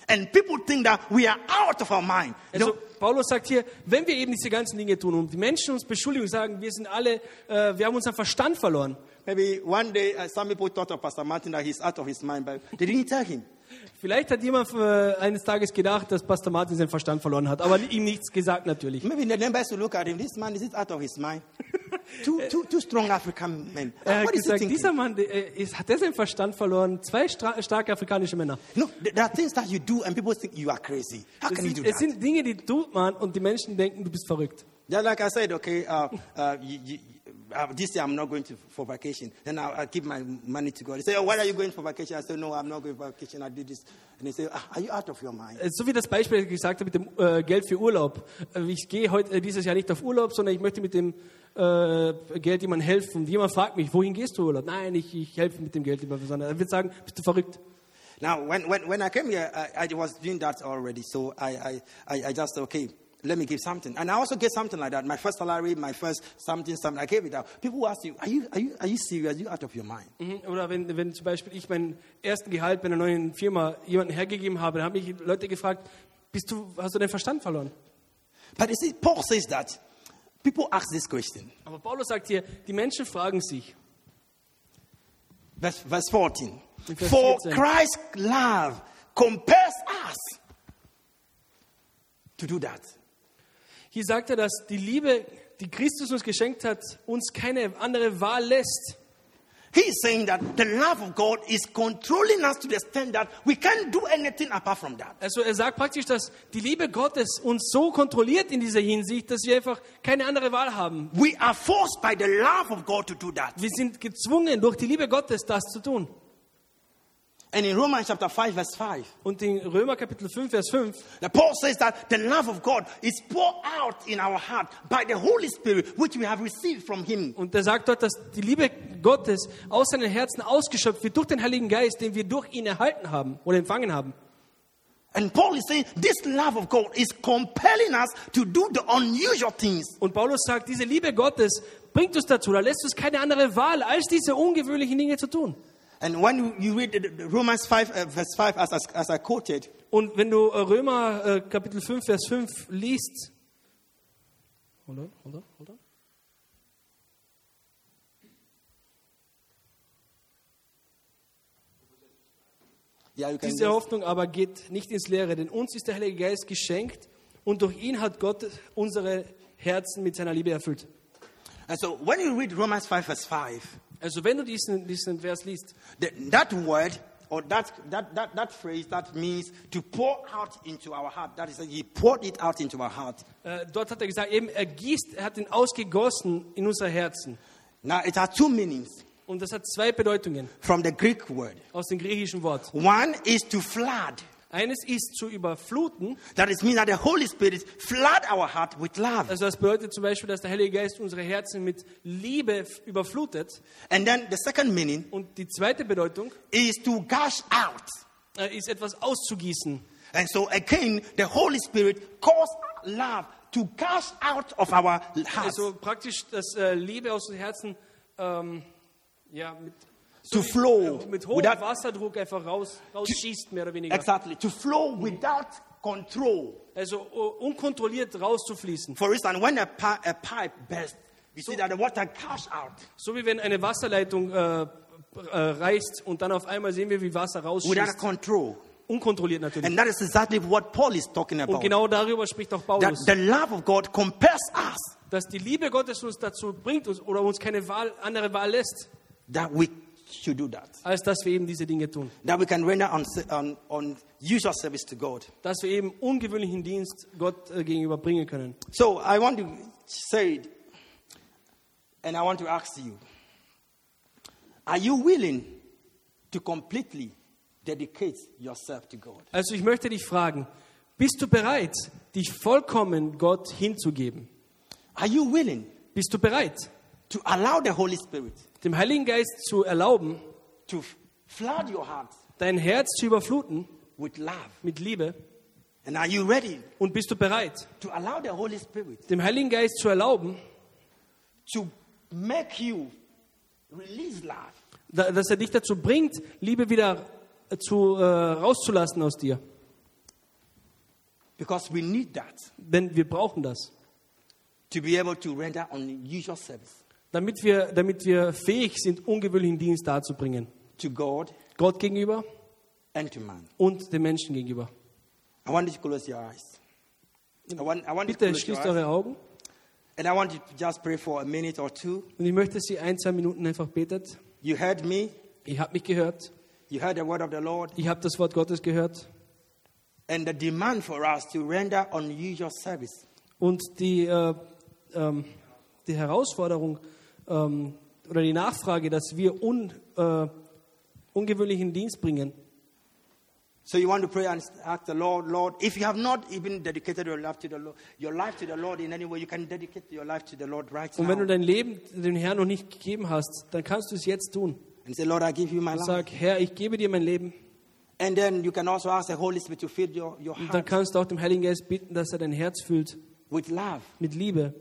and people think that we are out of our mind, you Also, know, Paulus sagt hier, wenn wir eben diese ganzen Dinge tun und die Menschen uns beschuldigen und sagen, wir sind alle, äh, wir haben unseren Verstand verloren. maybe one day uh, some people thought of Pastor Martin that he's out of his mind, but they didn't tell him. Vielleicht hat jemand äh, eines Tages gedacht, dass Pastor Martin seinen Verstand verloren hat, aber ihm nichts gesagt natürlich. Maybe the neighbors will look at him, this man is it out of his mind. Uh, two, two, two strong African men. Er hat what is he gesagt, thinking? dieser Mann, der, äh, ist, hat er seinen Verstand verloren? Zwei stra- starke afrikanische Männer. No, th- there are things that you do and people think you are crazy. How Es can you do sind, that? es sind Dinge, die tut man und die Menschen denken, du bist verrückt. Yeah, like I said, okay, uh, uh, you, you, uh, this year I'm not going to, for vacation. Then I, I give my money to God. They say, oh, where are you going for vacation? I say, no, I'm not going for vacation. I did this. And they say, ah, are you out of your mind? Äh, So wie das Beispiel das ich gesagt habe mit dem äh, Geld für Urlaub. Äh, Ich gehe heute äh, dieses Jahr nicht auf Urlaub, sondern ich möchte mit dem äh, Geld jemandem helfen. Jemand fragt mich, wohin gehst du Urlaub? Nein, ich, ich helfe mit dem Geld jemandem. sondern Er wird sagen, bist du verrückt? Now, when, when, when I came here, I, I was doing that already. So I, I, I, I just, okay, let me give something. And I also get something like that. My first salary, my first something, something. I gave it out. People ask you, are you, are you, are you serious? Are you out of your mind? Mhm. Oder wenn, wenn zum Beispiel ich meinen ersten Gehalt bei einer neuen Firma jemandem hergegeben habe, dann haben mich Leute gefragt, bist du, hast du den Verstand verloren? But you see, Paul says that. People ask this question. Aber Paulus sagt hier, die Menschen fragen sich, Verse, verse 14. In verse For 14. Christ's love compels us to do that. Hier sagt er, dass die Liebe, die Christus uns geschenkt hat, uns keine andere Wahl lässt. He's saying that the love of God is controlling us to the extent that we can't do anything apart from that. Also er sagt praktisch, dass die Liebe Gottes uns so kontrolliert in dieser Hinsicht, dass wir einfach keine andere Wahl haben. We are forced by the love of God to do that. Wir sind gezwungen, durch die Liebe Gottes das zu tun. And in Romans chapter 5, verse 5, Und in Römer Kapitel 5, Vers 5 the Paul says that the love of God is poured out in our heart by the Holy Spirit, which we have received from Him. Und er sagt dort, dass die Liebe Gottes aus seinen Herzen ausgeschöpft wird durch den Heiligen Geist, den wir durch ihn erhalten haben oder empfangen haben. And Paul is saying this love of God is compelling us to do the unusual things. Und Paulus sagt, diese Liebe Gottes bringt uns dazu, da lässt uns keine andere Wahl, als diese ungewöhnlichen Dinge zu tun. And when you read the- the Romans 5, uh, verse 5, as, as, as I quoted, Und wenn du äh, Römer äh, Kapitel 5, Vers 5 liest, hold on, hold on, hold on. yeah, you oh, can Diese just, Hoffnung aber geht nicht ins Leere, denn uns ist der Heilige Geist geschenkt und durch ihn hat Gott unsere Herzen mit seiner Liebe erfüllt. and so when you read Romans 5, verse 5, Also wenn du diesen, diesen Vers liest, the, that word or that, that, that, that phrase that means to pour out into our heart, that is, he poured it out into our heart. Äh, dort hat er gesagt, eben er gießt, er hat ihn ausgegossen in unser Herzen. Now, it has two meanings Und das hat zwei Bedeutungen from the Greek word. aus dem griechischen Wort. One is to flood, Eines ist zu überfluten, that is, means that the Holy Spirit flood our heart with love. also das bedeutet zum Beispiel, dass der Heilige Geist unsere Herzen mit Liebe f- überflutet. And then the second meaning Und die zweite Bedeutung is to gush out. äh, ist etwas auszugießen. And so again, the Holy Spirit calls love to gush out of our hearts, Also praktisch, dass äh, Liebe aus dem Herzen ähm, ja, mit, äh, to flow mit hohem without, Wasserdruck einfach raus, rausschießt, mehr oder weniger. exactly, to flow without control. Also uh, unkontrolliert rauszufließen. For instance, when a, pi- a pipe bursts, You see that the water gushed out So wie wenn eine Wasserleitung äh, äh, reißt und dann auf einmal sehen wir, wie Wasser without rausschießt. control. Unkontrolliert natürlich. And that is exactly what Paul is talking Und about. genau darüber spricht auch That Paulus, the love of God compels us dass die Liebe Gottes uns dazu bringt uns, oder uns keine Wahl, andere Wahl lässt, that we should do that. als dass wir eben diese Dinge tun. That we can render on, on, on usual service to God. Dass wir eben ungewöhnlichen Dienst Gott äh, gegenüber bringen können. So I want to say it, and I want to ask you Are you willing to completely dedicate yourself to God? Also ich möchte dich fragen, bist du bereit, dich vollkommen Gott hinzugeben? Are you willing Bist du bereit, to allow the Holy Spirit dem Heiligen Geist zu erlauben, to flood your heart dein Herz zu überfluten with love? mit Liebe? And are you ready Und bist du bereit, to allow the Holy Spirit dem Heiligen Geist zu erlauben, to make you release love? da- dass er dich dazu bringt, Liebe wieder zu, äh, rauszulassen aus dir? Because we need that Denn wir brauchen das, to be able to render unusual service damit wir, damit wir fähig sind, ungewöhnlichen Dienst darzubringen. to God Gott gegenüber and to man. und den Menschen gegenüber. I want you to close your eyes. I want, I want you to Bitte close your schließt eyes. eure Augen And I want you to just pray for a minute or two. und ich möchte, dass ihr ein, zwei Minuten einfach betet. You heard me. Ich habe mich gehört, You heard the word of the Lord. ich habe das Wort Gottes gehört And the demand for us to render unusual service. und die, äh, ähm, die Herausforderung ähm, oder die Nachfrage, dass wir un, äh, ungewöhnlichen Dienst bringen. So you want to pray and ask the Lord, Lord, if you have not even dedicated your life to the Lord, your life to the Lord in any way, you can dedicate your life to the Lord right Und wenn du now. dein Leben dem Herrn noch nicht gegeben hast, dann kannst du es jetzt tun. And say, Lord, I give you my life. Sag, Herr, ich gebe dir mein Leben. And then you can also ask the Holy Spirit to fill your, your Und dann heart kannst du auch dem Heiligen Geist bitten, dass er dein Herz füllt with love. mit Liebe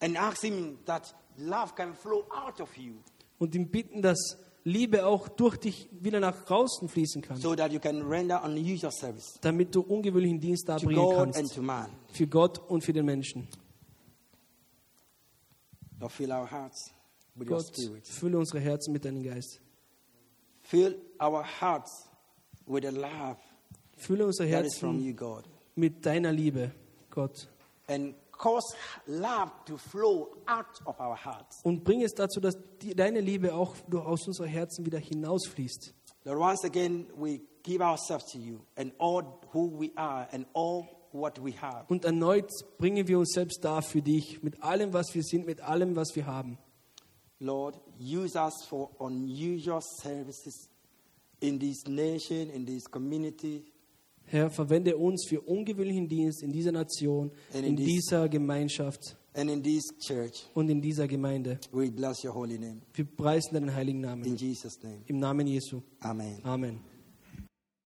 And ask Him that love can flow out of you und ihm bitten, dass Liebe auch durch dich wieder nach draußen fließen kann, so that you can render unusual service damit du ungewöhnlichen Dienst to darbringen God and kannst. to man. Für Gott und für den Menschen. Lord, fill our hearts with Gott, your spirit. fülle unsere Herzen mit deinem Geist. Fill our hearts with the love Fülle unsere that is from Herzen you, God. mit deiner Liebe, Gott. And cause love to flow out of our hearts. Und bring es dazu, dass die, deine Liebe auch durch- aus unseren Herzen wieder hinausfließt. Lord, once again, we give ourselves to you and all who we are and all what we have. Und erneut bringen wir uns selbst dar für dich, mit allem, was wir sind, mit allem, was wir haben. Lord, use us for unusual services in this nation, in this community, Herr, verwende uns für ungewöhnlichen Dienst in dieser Nation, And in in this- dieser Gemeinschaft and in this church. und in dieser Gemeinde. We bless your holy name. Wir preisen deinen heiligen In Namen. Jesus' name. Im Namen Jesu. Amen. Amen.